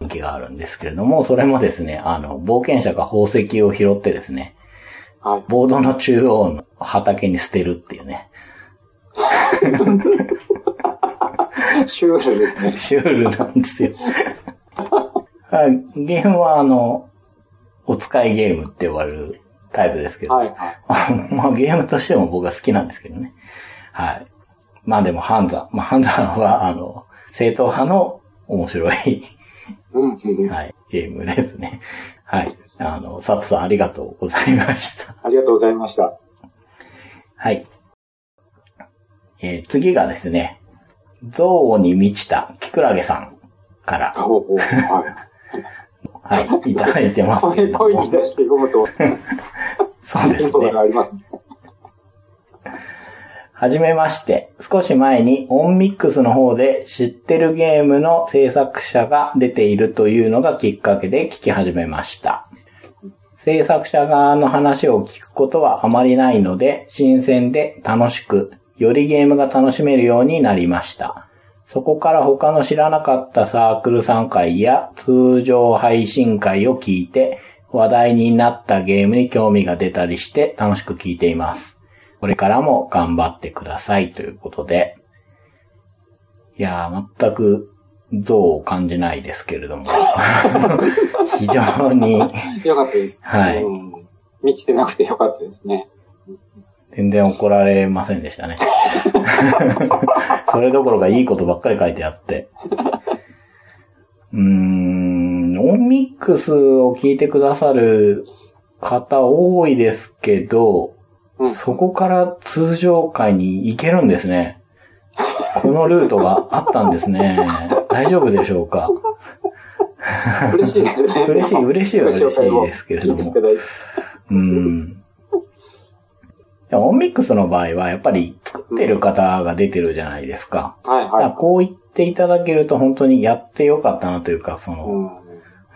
Speaker 1: 人気があるんですけれども、それもですね、あの、冒険者が宝石を拾ってですね、
Speaker 2: はい。
Speaker 1: ボードの中央の畑に捨てるっていうね、
Speaker 2: シュールです
Speaker 1: [laughs]
Speaker 2: ね。
Speaker 1: シュールなんですよ。 [laughs] はいゲームはあの、お使いゲームって呼ばれるタイプですけど、
Speaker 2: はい、はい。
Speaker 1: あの [laughs] まあゲームとしても僕は好きなんですけどね。はい。まあでもハンザ、まあハンザはあの、正統派の面白い [laughs]
Speaker 2: うん、うん
Speaker 1: はい、ゲームですね。はい。あの、サトさんありがとうございました。
Speaker 2: ありがとうございました。
Speaker 1: はい。えー次がですね、憎悪に満ちたキクラゲさんから、
Speaker 2: ほうほうは
Speaker 1: はい、いただいてますけれ
Speaker 2: い。 [laughs]
Speaker 1: ど
Speaker 2: 声に
Speaker 1: も。
Speaker 2: 出して読むと、
Speaker 1: そうで
Speaker 2: イン
Speaker 1: す
Speaker 2: パク
Speaker 1: ね
Speaker 2: ト。がありますね。
Speaker 1: はじめまして。少し前にオンミックスの方で知ってるゲームの制作者が出ているというのがきっかけで聞き始めました。制作者側の話を聞くことはあまりないので、新鮮で楽しく、よりゲームが楽しめるようになりました。そこから他の知らなかったサークル参会や通常配信会を聞いて、話題になったゲームに興味が出たりして楽しく聞いています。これからも頑張ってくださいということで。いやー、全く像を感じないですけれども。 [laughs] 非常に
Speaker 2: よかったです。
Speaker 1: はい
Speaker 2: うん満ちてなくてよかったですね。
Speaker 1: 全然怒られませんでしたね。 [laughs] それどころかいいことばっかり書いてあって。うーん、オンミックスを聞いてくださる方多いですけど、
Speaker 2: うん。
Speaker 1: そこから通常会に行けるんですね。このルートがあったんですね。大丈夫でしょうか
Speaker 2: 嬉しいです
Speaker 1: [laughs]
Speaker 2: ね。
Speaker 1: 嬉しい、嬉しいは嬉しいですけれど
Speaker 2: 聞い
Speaker 1: も
Speaker 2: てい。ただいて
Speaker 1: うん。でもオンミックスの場合は、やっぱり作ってる方が出てるじゃないですか。
Speaker 2: はい、
Speaker 1: だから
Speaker 2: は
Speaker 1: こう言っていただけると本当にやってよかったなというか、そ
Speaker 2: い。
Speaker 1: の、
Speaker 2: うん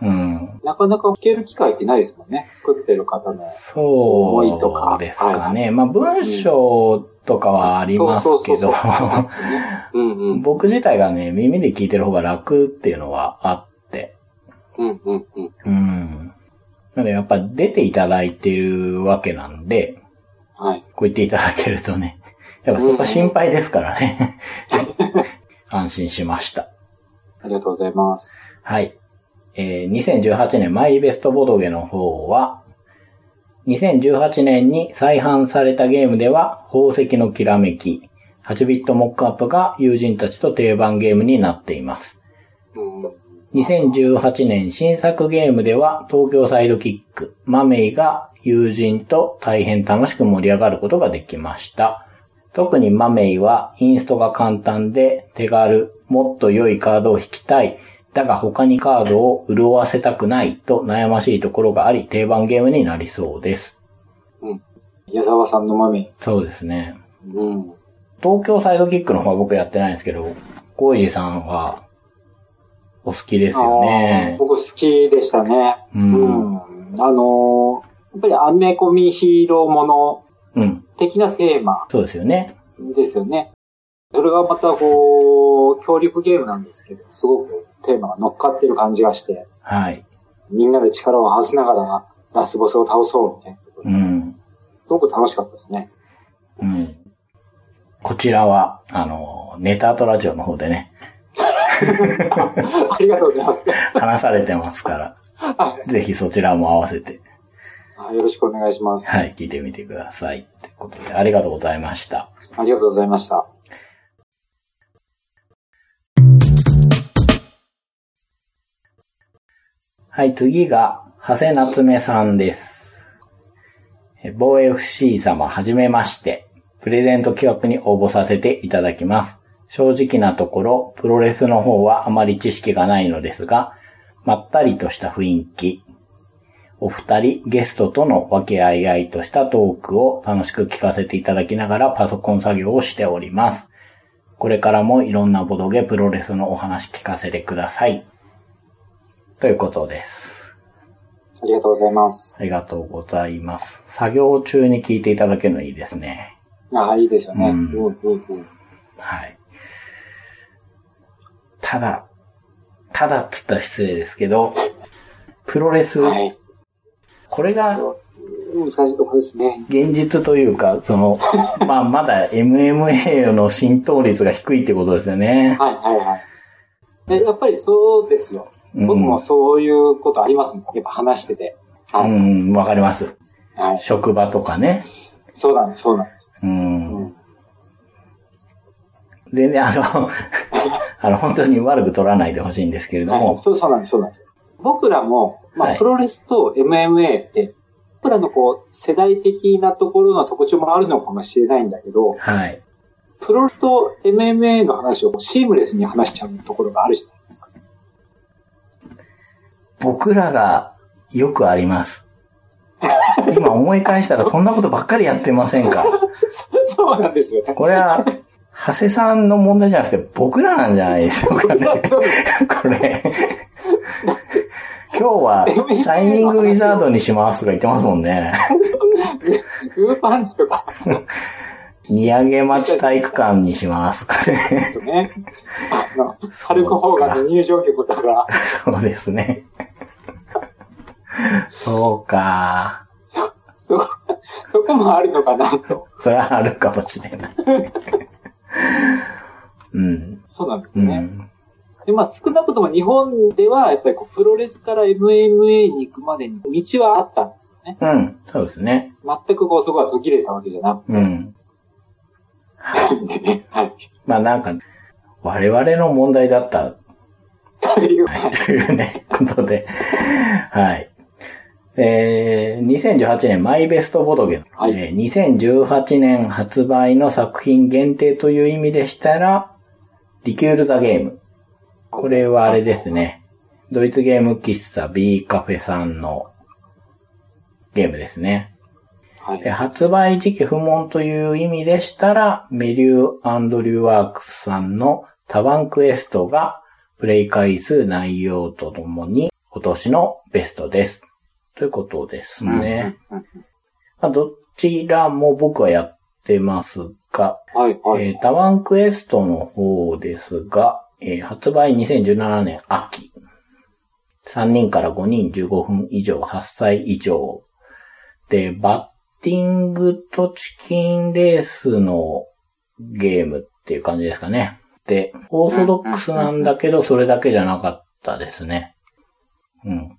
Speaker 1: うん。
Speaker 2: なかなか聞ける機会ってないですもんね。作ってる方の。
Speaker 1: そ
Speaker 2: 思いとか
Speaker 1: うですかね。まあ文章とかはありますけ
Speaker 2: そうそうそう
Speaker 1: ど、
Speaker 2: そうねうんうん。
Speaker 1: 僕自体がね、耳で聞いてる方が楽っていうのはあって、
Speaker 2: うんうんうん。
Speaker 1: うん。なのでやっぱ出ていただいてるわけなんで、
Speaker 2: はい。
Speaker 1: こう言っていただけるとね、 [laughs] やっぱそこは心配ですからね。安心しました。
Speaker 2: ありがとうございます。
Speaker 1: はい。えー2018年マイベストボドゲの方は、2018年に再販されたゲームでは、宝石のきらめき、8ビットモックアップが友人たちと定番ゲームになっています。
Speaker 2: うん。
Speaker 1: 2018年新作ゲームでは東京サイドキック、マメイが友人と大変楽しく盛り上がることができました。特にマメイはインストが簡単で手軽、もっと良いカードを引きたい、だが他にカードを潤わせたくないと悩ましいところがあり定番ゲームになりそうです。
Speaker 2: うん。矢沢さんの豆。
Speaker 1: そうですね。
Speaker 2: うん。
Speaker 1: 東京サイドキックの方は僕やってないんですけど、ゴイジさんはお好きですよ
Speaker 2: あー
Speaker 1: ね。
Speaker 2: 僕好きでしたね。
Speaker 1: うん
Speaker 2: うんあのーやっぱりアメコミヒーローもの
Speaker 1: うん。
Speaker 2: 的なテーマ
Speaker 1: そうですよね。
Speaker 2: ですよね。それがまたこう、協力ゲームなんですけど、すごくテーマが乗っかってる感じがして、
Speaker 1: はい。
Speaker 2: みんなで力を合わせながらラスボスを倒そうみたいなところ
Speaker 1: う
Speaker 2: で。
Speaker 1: ん。
Speaker 2: すごく楽しかったですね。 [laughs]
Speaker 1: うん。こちらは、あの、ネタとラジオの方でね、 [laughs]
Speaker 2: ありがとうございます。
Speaker 1: 話されてますから、
Speaker 2: は
Speaker 1: ぜひそちらも合わせて、
Speaker 2: いよろしくお願いします。
Speaker 1: はい、聞いてみてください。ってことで、ありがとうございました。
Speaker 2: ありがとうございました。
Speaker 1: はい、次が、長谷夏目さんです。え防衛 FC 様、はじめまして。プレゼント企画に応募させていただきます。正直なところ、プロレスの方はあまり知識がないのですが、まったりとした雰囲気、お二人ゲストとの分け合い合いとしたトークを楽しく聞かせていただきながらパソコン作業をしております。これからもいろんなボドゲプロレスのお話聞かせてください。ということです。
Speaker 2: ありがとうございます。
Speaker 1: ありがとうございます。作業中に聞いていただけるのいいですね。
Speaker 2: ああ、いいですよね。
Speaker 1: う
Speaker 2: うんん、うん、うん。
Speaker 1: はい。ただ、ただっつったら失礼ですけど、プロレス、
Speaker 2: はい。
Speaker 1: これが
Speaker 2: 難しいとこですね。
Speaker 1: 現実というか、その、 [laughs] まあ、まだ MMA の浸透率が低いってことですよね。
Speaker 2: はい、はい、はい。えやっぱりそうですよ。
Speaker 1: うん
Speaker 2: 僕もそういうことありますもん。やっぱ話してて。は
Speaker 1: う
Speaker 2: い。
Speaker 1: ん、わかります。
Speaker 2: はい。
Speaker 1: 職場とかね。
Speaker 2: そうなんです、そうなんです。
Speaker 1: う。
Speaker 2: うんん。
Speaker 1: でね、あの、 [laughs] あの、本当に悪く取らないでほしいんですけれど
Speaker 2: はい、
Speaker 1: も、
Speaker 2: そうそうなんです、そうなんです。僕らも、まあ、
Speaker 1: はい
Speaker 2: プロレスと MMA って、僕らのこう、世代的なところの特徴もあるのかもしれないんだけど、
Speaker 1: はい。
Speaker 2: プロレスと MMA の話をシームレスに話しちゃうところがあるじゃないですか。 [laughs]
Speaker 1: 僕らがよくあります。今思い返したらそんなことばっかりやってませんか
Speaker 2: そうそうなんですよね。
Speaker 1: これは、長谷さんの問題じゃなくて僕らなんじゃないでしょうかね。
Speaker 2: そう
Speaker 1: これ。今日は、シャイニングウィザードにしますとか言ってますもんね。
Speaker 2: グーパンチとか
Speaker 1: 荷上げ町体育館にしますとかね。
Speaker 2: ですよね。あの、ハルクホーガンの入場曲とか、
Speaker 1: そうですね。そうか。
Speaker 2: そ、そ、そこもあるのかなと。
Speaker 1: それはあるかもしれない。うん。
Speaker 2: そうなんです
Speaker 1: う
Speaker 2: ね。
Speaker 1: ん。
Speaker 2: で、まあ少なくとも日本では、やっぱりこう、プロレスから MMA に行くまでに道はあったんですよね。
Speaker 1: うん。そうですね。
Speaker 2: 全くこう、そこは途切れたわけじゃなく
Speaker 1: うん。
Speaker 2: て [laughs] んでね。はい。
Speaker 1: まあなんか、我々の問題だった
Speaker 2: という、
Speaker 1: というね、 [laughs] ことで。はい。えー、2018年マイベストボドゲ、
Speaker 2: はい
Speaker 1: えー2018年発売の作品限定という意味でしたら、リキュール・ザ・ゲーム。これはあれですね。ドイツゲーム喫茶 B カフェさんのゲームですね。
Speaker 2: は
Speaker 1: で
Speaker 2: い。
Speaker 1: 発売時期不問という意味でしたら、メリュー・アンドリュー・ワークスさんのタワンクエストがプレイ回数内容とともに今年のベストです。ということですね。
Speaker 2: うんうん
Speaker 1: まあどちらも僕はやってますが、
Speaker 2: うん。はい、はい。
Speaker 1: えータワンクエストの方ですが、えー発売2017年秋。3人から5人15分以上、8歳以上。で、バッティングとチキンレースのゲームっていう感じですかね。で、オーソドックスなんだけど、それだけじゃなかったですね。うん。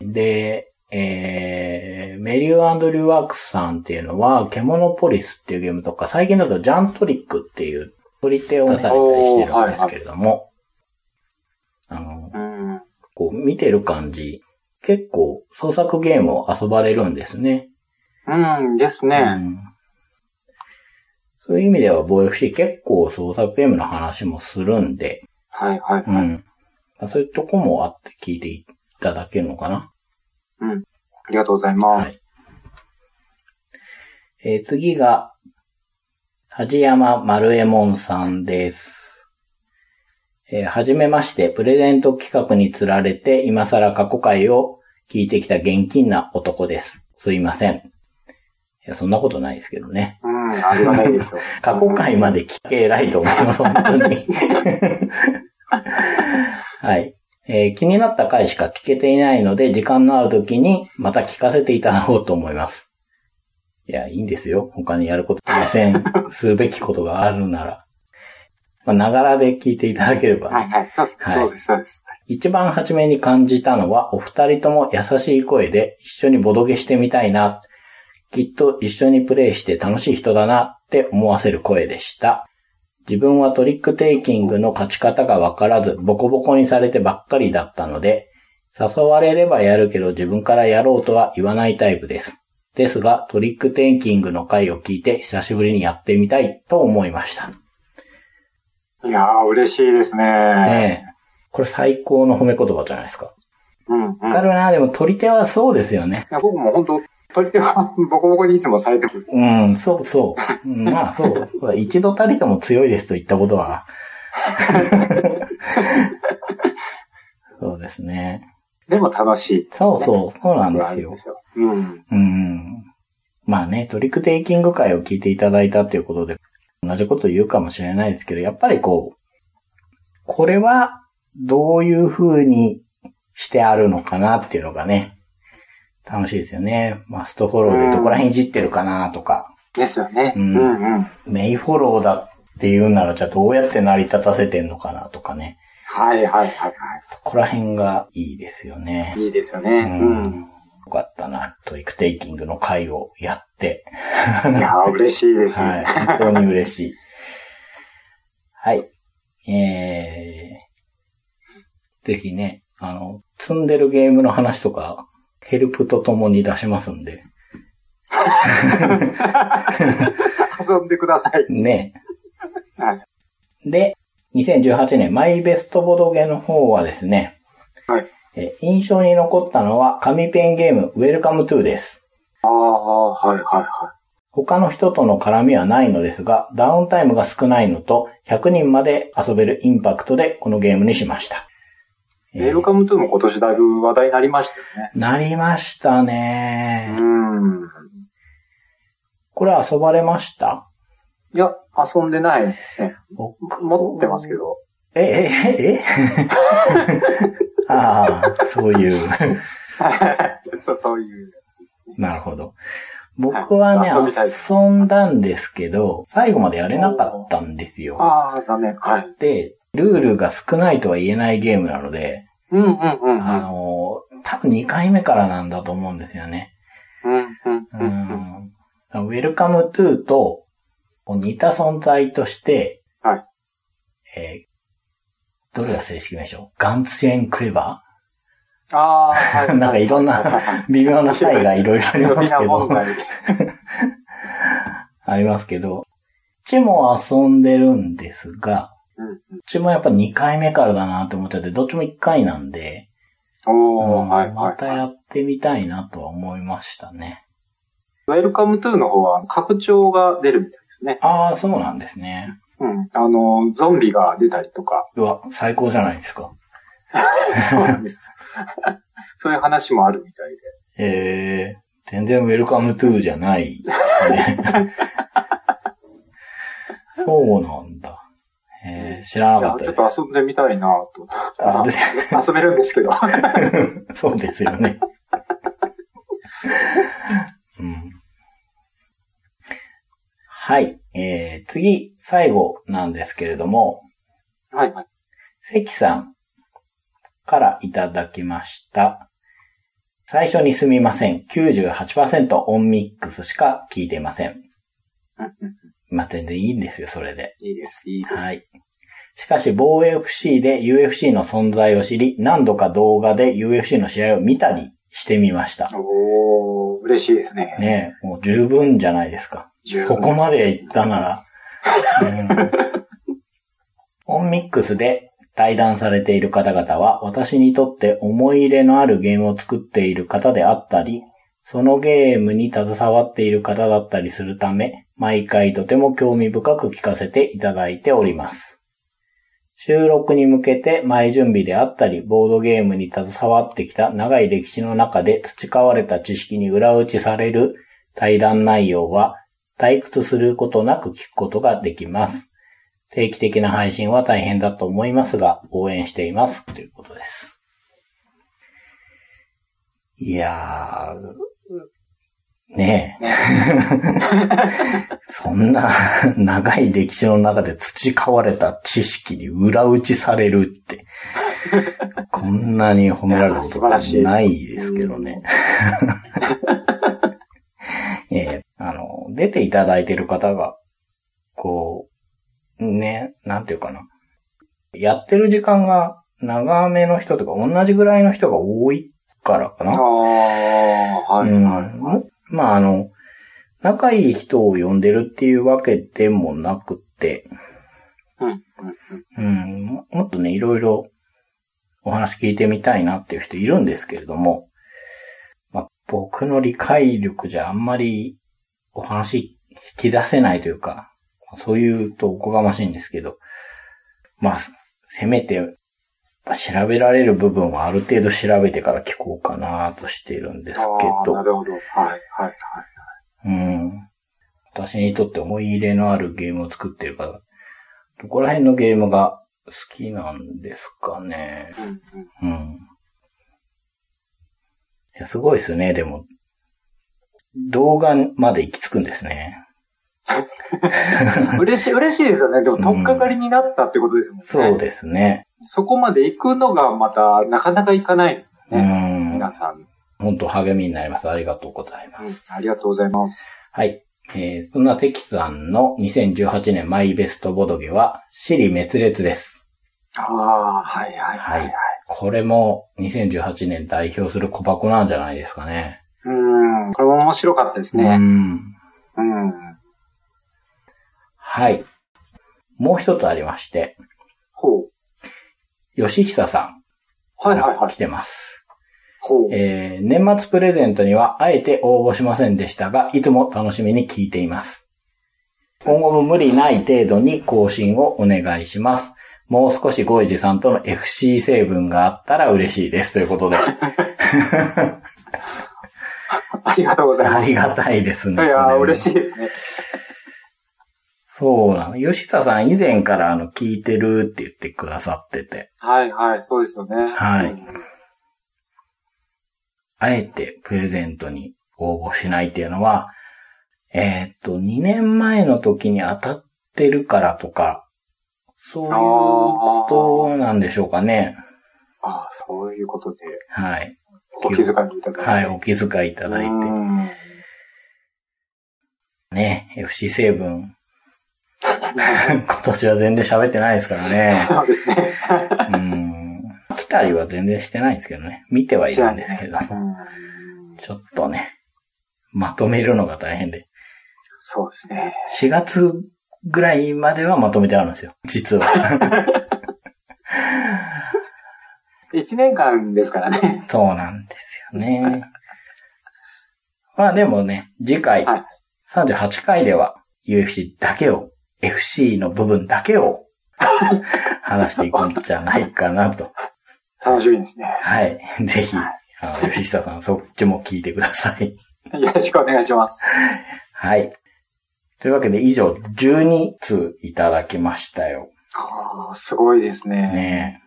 Speaker 1: で、えー、メリューアンドリューワークスさんっていうのは、ケモノポリスっていうゲームとか、最近だとジャントリックっていう取り手を出されたりしてるんですけれども、あの、
Speaker 2: うん。
Speaker 1: こう見てる感じ、結構創作ゲームを遊ばれるんですね。
Speaker 2: うんです
Speaker 1: う
Speaker 2: ね。
Speaker 1: んそういう意味では、防 FC 結構創作ゲームの話もするんで、
Speaker 2: はい、はい。
Speaker 1: うん。まあそういうとこもあって聞いていただけるのかな。
Speaker 2: うん。ありがとうございま
Speaker 1: は
Speaker 2: す。
Speaker 1: えー次が、梶山丸右衛門さんです。えーはじめまして、プレゼント企画につられて、今更過去回を聞いてきた現金な男です。すいません。いや、そんなことないですけどね。
Speaker 2: うん、ありがたいですよ
Speaker 1: [laughs] 。過去回まで聞け偉いと思います、本当に。はい、えー気になった回しか聞けていないので、時間のある時にまた聞かせていただこうと思います。いや、いいんですよ。他にやること、予選すべきことがあるなら。まあ、ながらで聞いていただければ、
Speaker 2: はい、はい。そうです、
Speaker 1: はい
Speaker 2: そうです、そうです。
Speaker 1: 一番初めに感じたのは、お二人とも優しい声で一緒にボドゲしてみたいな。きっと一緒にプレイして楽しい人だなって思わせる声でした。自分はトリックテイキングの勝ち方がわからず、ボコボコにされてばっかりだったので、誘われればやるけど自分からやろうとは言わないタイプです。ですが、トリックテンキングの回を聞いて久しぶりにやってみたいと思いました。
Speaker 2: いやー、嬉しいですね。
Speaker 1: ねえ。これ最高の褒め言葉じゃないですか。
Speaker 2: うん、うん。
Speaker 1: わか
Speaker 2: い
Speaker 1: るな、でも取り手はそうですよね。
Speaker 2: や僕も本当、鳥手は [laughs] ボコボコにいつもされてくる。
Speaker 1: うん、そうそう。うんまあそう。そうだ一度たりとも強いですと言ったことは。そうですね。
Speaker 2: でも楽しい。
Speaker 1: そうそう、そうなんで
Speaker 2: あ
Speaker 1: す
Speaker 2: るん
Speaker 1: よ
Speaker 2: で。すよ。うん。
Speaker 1: うん。まあね、トリックテイキング会を聞いていただいたということで、同じこと言うかもしれないですけど、やっぱりこう、これはどういう風にしてあるのかなっていうのがね、楽しいですよね。マストフォローでどこら辺いじってるかなとか、
Speaker 2: ですよね。
Speaker 1: う
Speaker 2: うんん、うん、
Speaker 1: メイフォローだって言うならじゃあどうやって成り立たせてんのかなとかね、
Speaker 2: はいはいはいは
Speaker 1: そこら辺がいいですよね
Speaker 2: い。。いいですよね。
Speaker 1: う
Speaker 2: うんん。
Speaker 1: よかったな、トリックテイキングの会をやって、
Speaker 2: いやー、嬉しいです。
Speaker 1: はい。本当に嬉しい。はい。えー、ぜひね、あの、積んでるゲームの話とか、ヘルプとともに出しますんで。
Speaker 2: 遊んでください。
Speaker 1: ね。
Speaker 2: はい。
Speaker 1: で、2018年、マイベストボードゲーの方はですね、
Speaker 2: はい。
Speaker 1: え印象に残ったのは、紙ペンゲーム、ウェルカムトゥーです。
Speaker 2: ああ、はいはいは
Speaker 1: 他の人との絡みはないのですが、ダウンタイムが少ないのと、100人まで遊べるインパクトでこのゲームにしました。
Speaker 2: い。ウェルカムトゥーも今年だいぶ話題になりましたよね。
Speaker 1: なりました
Speaker 2: う
Speaker 1: ね。
Speaker 2: ん。
Speaker 1: これ遊ばれました
Speaker 2: いや、遊んでないですね。
Speaker 1: 僕
Speaker 2: 持ってますけ。ど。 [laughs]
Speaker 1: え、え、え、 [laughs] えああ、そういう。
Speaker 2: そう、そういうやつですね。
Speaker 1: なるほど。僕はね、
Speaker 2: はい遊びたいです
Speaker 1: 遊んだんですけど、最後までやれなかったんですよ。
Speaker 2: ああ、残念。はい。
Speaker 1: で、ルールが少ないとは言えないゲームなので、
Speaker 2: うんうんうんうん。
Speaker 1: あの、多分2回目からなんだと思うんですよね。
Speaker 2: うんうん
Speaker 1: う
Speaker 2: うんうん。
Speaker 1: ん。ウェルカムトゥーとこう似た存在として、
Speaker 2: はい。
Speaker 1: えーどれが正式名称ガンツェンクレバ
Speaker 2: ああ、はい。
Speaker 1: ー [laughs] なんかいろんな微妙な際がいろいろあり
Speaker 2: 呼
Speaker 1: ま
Speaker 2: び
Speaker 1: す
Speaker 2: 名
Speaker 1: け
Speaker 2: 問
Speaker 1: ど、
Speaker 2: 題。
Speaker 1: [laughs] ありますけど、チも遊んでるんですが、
Speaker 2: うんうん
Speaker 1: チもやっぱ2回目からだなって思っちゃって、どっちも1回なんで、
Speaker 2: お
Speaker 1: う
Speaker 2: ー、
Speaker 1: ん
Speaker 2: はいはい。
Speaker 1: またやってみたいなとは思いましたね。
Speaker 2: ウェルカムトゥーの方は拡張が出るみたいですね。
Speaker 1: ああ、そうなんですね。
Speaker 2: うん。あの、ゾンビが出たり
Speaker 1: [laughs]
Speaker 2: とか、
Speaker 1: うわ、最高じゃないですか。
Speaker 2: そうなんです。 [laughs] そういう話もあるみたいで。
Speaker 1: えー、全然ウェルカムトゥーじゃ
Speaker 2: [laughs]
Speaker 1: ない、ね。そうなんだ。えー、知らな
Speaker 2: い
Speaker 1: か
Speaker 2: や
Speaker 1: っ、
Speaker 2: ち
Speaker 1: た
Speaker 2: ょっ
Speaker 1: です。
Speaker 2: と遊んでみたいなと。
Speaker 1: あで
Speaker 2: 遊べるんで
Speaker 1: [laughs]
Speaker 2: すけど。
Speaker 1: そうですよ
Speaker 2: [laughs]
Speaker 1: ね。うん、はい。えー、次、最後なんですけれども、
Speaker 2: はいはい。
Speaker 1: 関さんからいただきました。最初にすみません。98%オンミックスしか聞いていません。
Speaker 2: うんうん
Speaker 1: まあ、全然いいんですよ、それで。
Speaker 2: いいです、いいです。
Speaker 1: はい。しかし、防衛 FC で UFC の存在を知り、何度か動画で UFC の試合を見たりしてみました。
Speaker 2: おー、嬉しいですね。
Speaker 1: ねえ、もう十分じゃないですか。
Speaker 2: 十
Speaker 1: こ
Speaker 2: 分
Speaker 1: こまで行ったなら。うんオンミックスで対談されている方々は、私にとって思い入れのあるゲームを作っている方であったり、そのゲームに携わっている方だったりするため、毎回とても興味深く聞かせていただいております。収録に向けて前準備であったり、ボードゲームに携わってきた長い歴史の中で培われた知識に裏打ちされる対談内容は、退屈することなく聞くことができます。定期的な配信は大変だと思いますが、応援しています。ということです。いやー、ねえ。そんな長い歴史の中で培われた知識に裏打ちされるって、こんなに褒められたことないですけどね。 [laughs] えーあの、出ていただいてる方が、こう、ね、なんていうかな。やってる時間が長めの人とか、同じぐらいの人が多いからか
Speaker 2: あー、
Speaker 1: な。
Speaker 2: はいは
Speaker 1: う
Speaker 2: い
Speaker 1: ん
Speaker 2: はい。
Speaker 1: もまあ、あの、仲いい人を呼んでるっていうわけでもなくて、
Speaker 2: うん。うんうん
Speaker 1: うん、ももっとね、いろいろお話聞いてみたいなっていう人いるんですけれども、まあ、僕の理解力じゃあんまりお話引き出せないというか、そういうとおこがましいんですけど、まあ、せめて、やっぱ調べられる部分はある程度調べてから聞こうかなとしているんです
Speaker 2: あ
Speaker 1: け
Speaker 2: あ、
Speaker 1: ど。
Speaker 2: なるほど。はい、はい、はい。
Speaker 1: うん。私にとって思い入れのあるゲームを作ってるから、どこら辺のゲームが好きなんですかね。
Speaker 2: うんう
Speaker 1: う
Speaker 2: ん
Speaker 1: ん。いやすごいですね、でも。動画まで行き着くんですね。
Speaker 2: 嬉しい、嬉しいですよね。でも、とっかかりになったってことですもんね。
Speaker 1: そうですね。
Speaker 2: そこまで行くのがまた、なかなか行かないです
Speaker 1: う
Speaker 2: よね。
Speaker 1: ん。
Speaker 2: 皆さん、
Speaker 1: 本当励みになります。ありがとうございます。
Speaker 2: うんありがとうございます。
Speaker 1: はい。えー、そんな関さんの2018年マイベストボドゲは、シリ滅裂です。
Speaker 2: ああ、はい、はい、
Speaker 1: は
Speaker 2: はいい。はい
Speaker 1: これも2018年代表する小箱なんじゃないですかね。
Speaker 2: うん。これも面白かったです
Speaker 1: う
Speaker 2: ね。
Speaker 1: ん。
Speaker 2: うん。
Speaker 1: はい。もう一つありまして、
Speaker 2: ほう。
Speaker 1: 吉久さん。
Speaker 2: はい、はい、は
Speaker 1: 来
Speaker 2: い。
Speaker 1: てます。
Speaker 2: ほう。
Speaker 1: えー、年末プレゼントにはあえて応募しませんでしたが、いつも楽しみに聞いています。今後も無理ない程度に更新をお願いします。もう少しゴイジさんとの FC 成分があったら嬉しいです。という
Speaker 2: [laughs]
Speaker 1: ことで、
Speaker 2: ありがとうござい
Speaker 1: あ
Speaker 2: ます。
Speaker 1: りがたいです
Speaker 2: い
Speaker 1: ね。
Speaker 2: やー、嬉
Speaker 1: い
Speaker 2: しいですね。
Speaker 1: そうなの。吉田さん以前からあの、聞いてるって言ってくださってて、
Speaker 2: はい、はい、そうですよね。
Speaker 1: はい
Speaker 2: うん
Speaker 1: あえてプレゼントに応募しないっていうのは、えーっと、2年前の時に当たってるからとか、そういうことなんでしょうかね。
Speaker 2: ああ、そういうことで、
Speaker 1: はい。
Speaker 2: お気遣いいただいて。
Speaker 1: はい、お気遣いいただいて。
Speaker 2: うん
Speaker 1: ね、FC 成分。今年は全然喋ってないですからね。
Speaker 2: そうですね。
Speaker 1: うん。来たりは全然してないんですけどね。見てはいるんですけど。
Speaker 2: うん
Speaker 1: ちょっとね、まとめるのが大変で。
Speaker 2: そうですね。
Speaker 1: 4月ぐらいまではまとめてあるんですよ。実は。
Speaker 2: 一年間ですからね。
Speaker 1: そうなんですよね。まあでもね、次回
Speaker 2: はい、
Speaker 1: 38回では UFC だけを、FC の部分だけを話していくんじゃないかなと。
Speaker 2: 楽しみですね。
Speaker 1: はい。ぜひ、あの、吉下さん、そっちも聞いてください。
Speaker 2: よろしくお願いします。
Speaker 1: はい。というわけで以上12通いただきましたよ。
Speaker 2: ああ、すごいですね。
Speaker 1: ね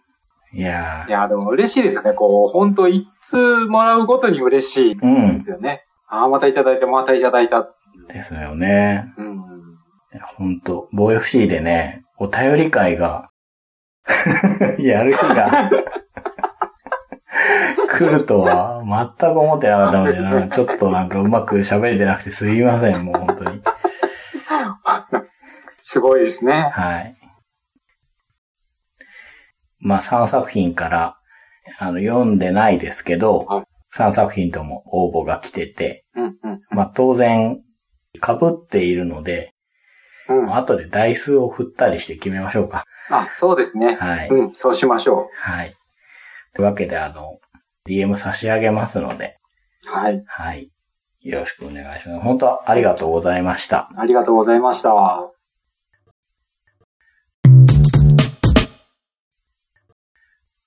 Speaker 1: え。いや
Speaker 2: いや、でも嬉しいですよね。こう、本当一通もらうごとに嬉しい
Speaker 1: ー。う
Speaker 2: で
Speaker 1: ん。
Speaker 2: すよね。ああ、またいただいた、またいただいた。
Speaker 1: ですよね。
Speaker 2: うん。
Speaker 1: ほんと、防 FC でね、お便り会が、 [laughs] やる日が、来るとは、全く思ってなかったのでな、ちょっとなんかうまく喋れてなくてすいません、もう本当に。
Speaker 2: すごいですね。
Speaker 1: はい。まあ3作品から、あの、読んでないですけど
Speaker 2: はい、
Speaker 1: 3作品とも応募が来てて、
Speaker 2: うん、うん、
Speaker 1: まあ当然、被っているので、
Speaker 2: うん。
Speaker 1: 後で台数を振ったりして決めましょうか。
Speaker 2: あ、そうですね。
Speaker 1: はい。
Speaker 2: うん、そうしましょ
Speaker 1: はい。というわけで、あの、DM 差し上げますので、
Speaker 2: う。はい。
Speaker 1: はい。よろしくお願いします。本当ありがとうございました。
Speaker 2: ありがとうございました。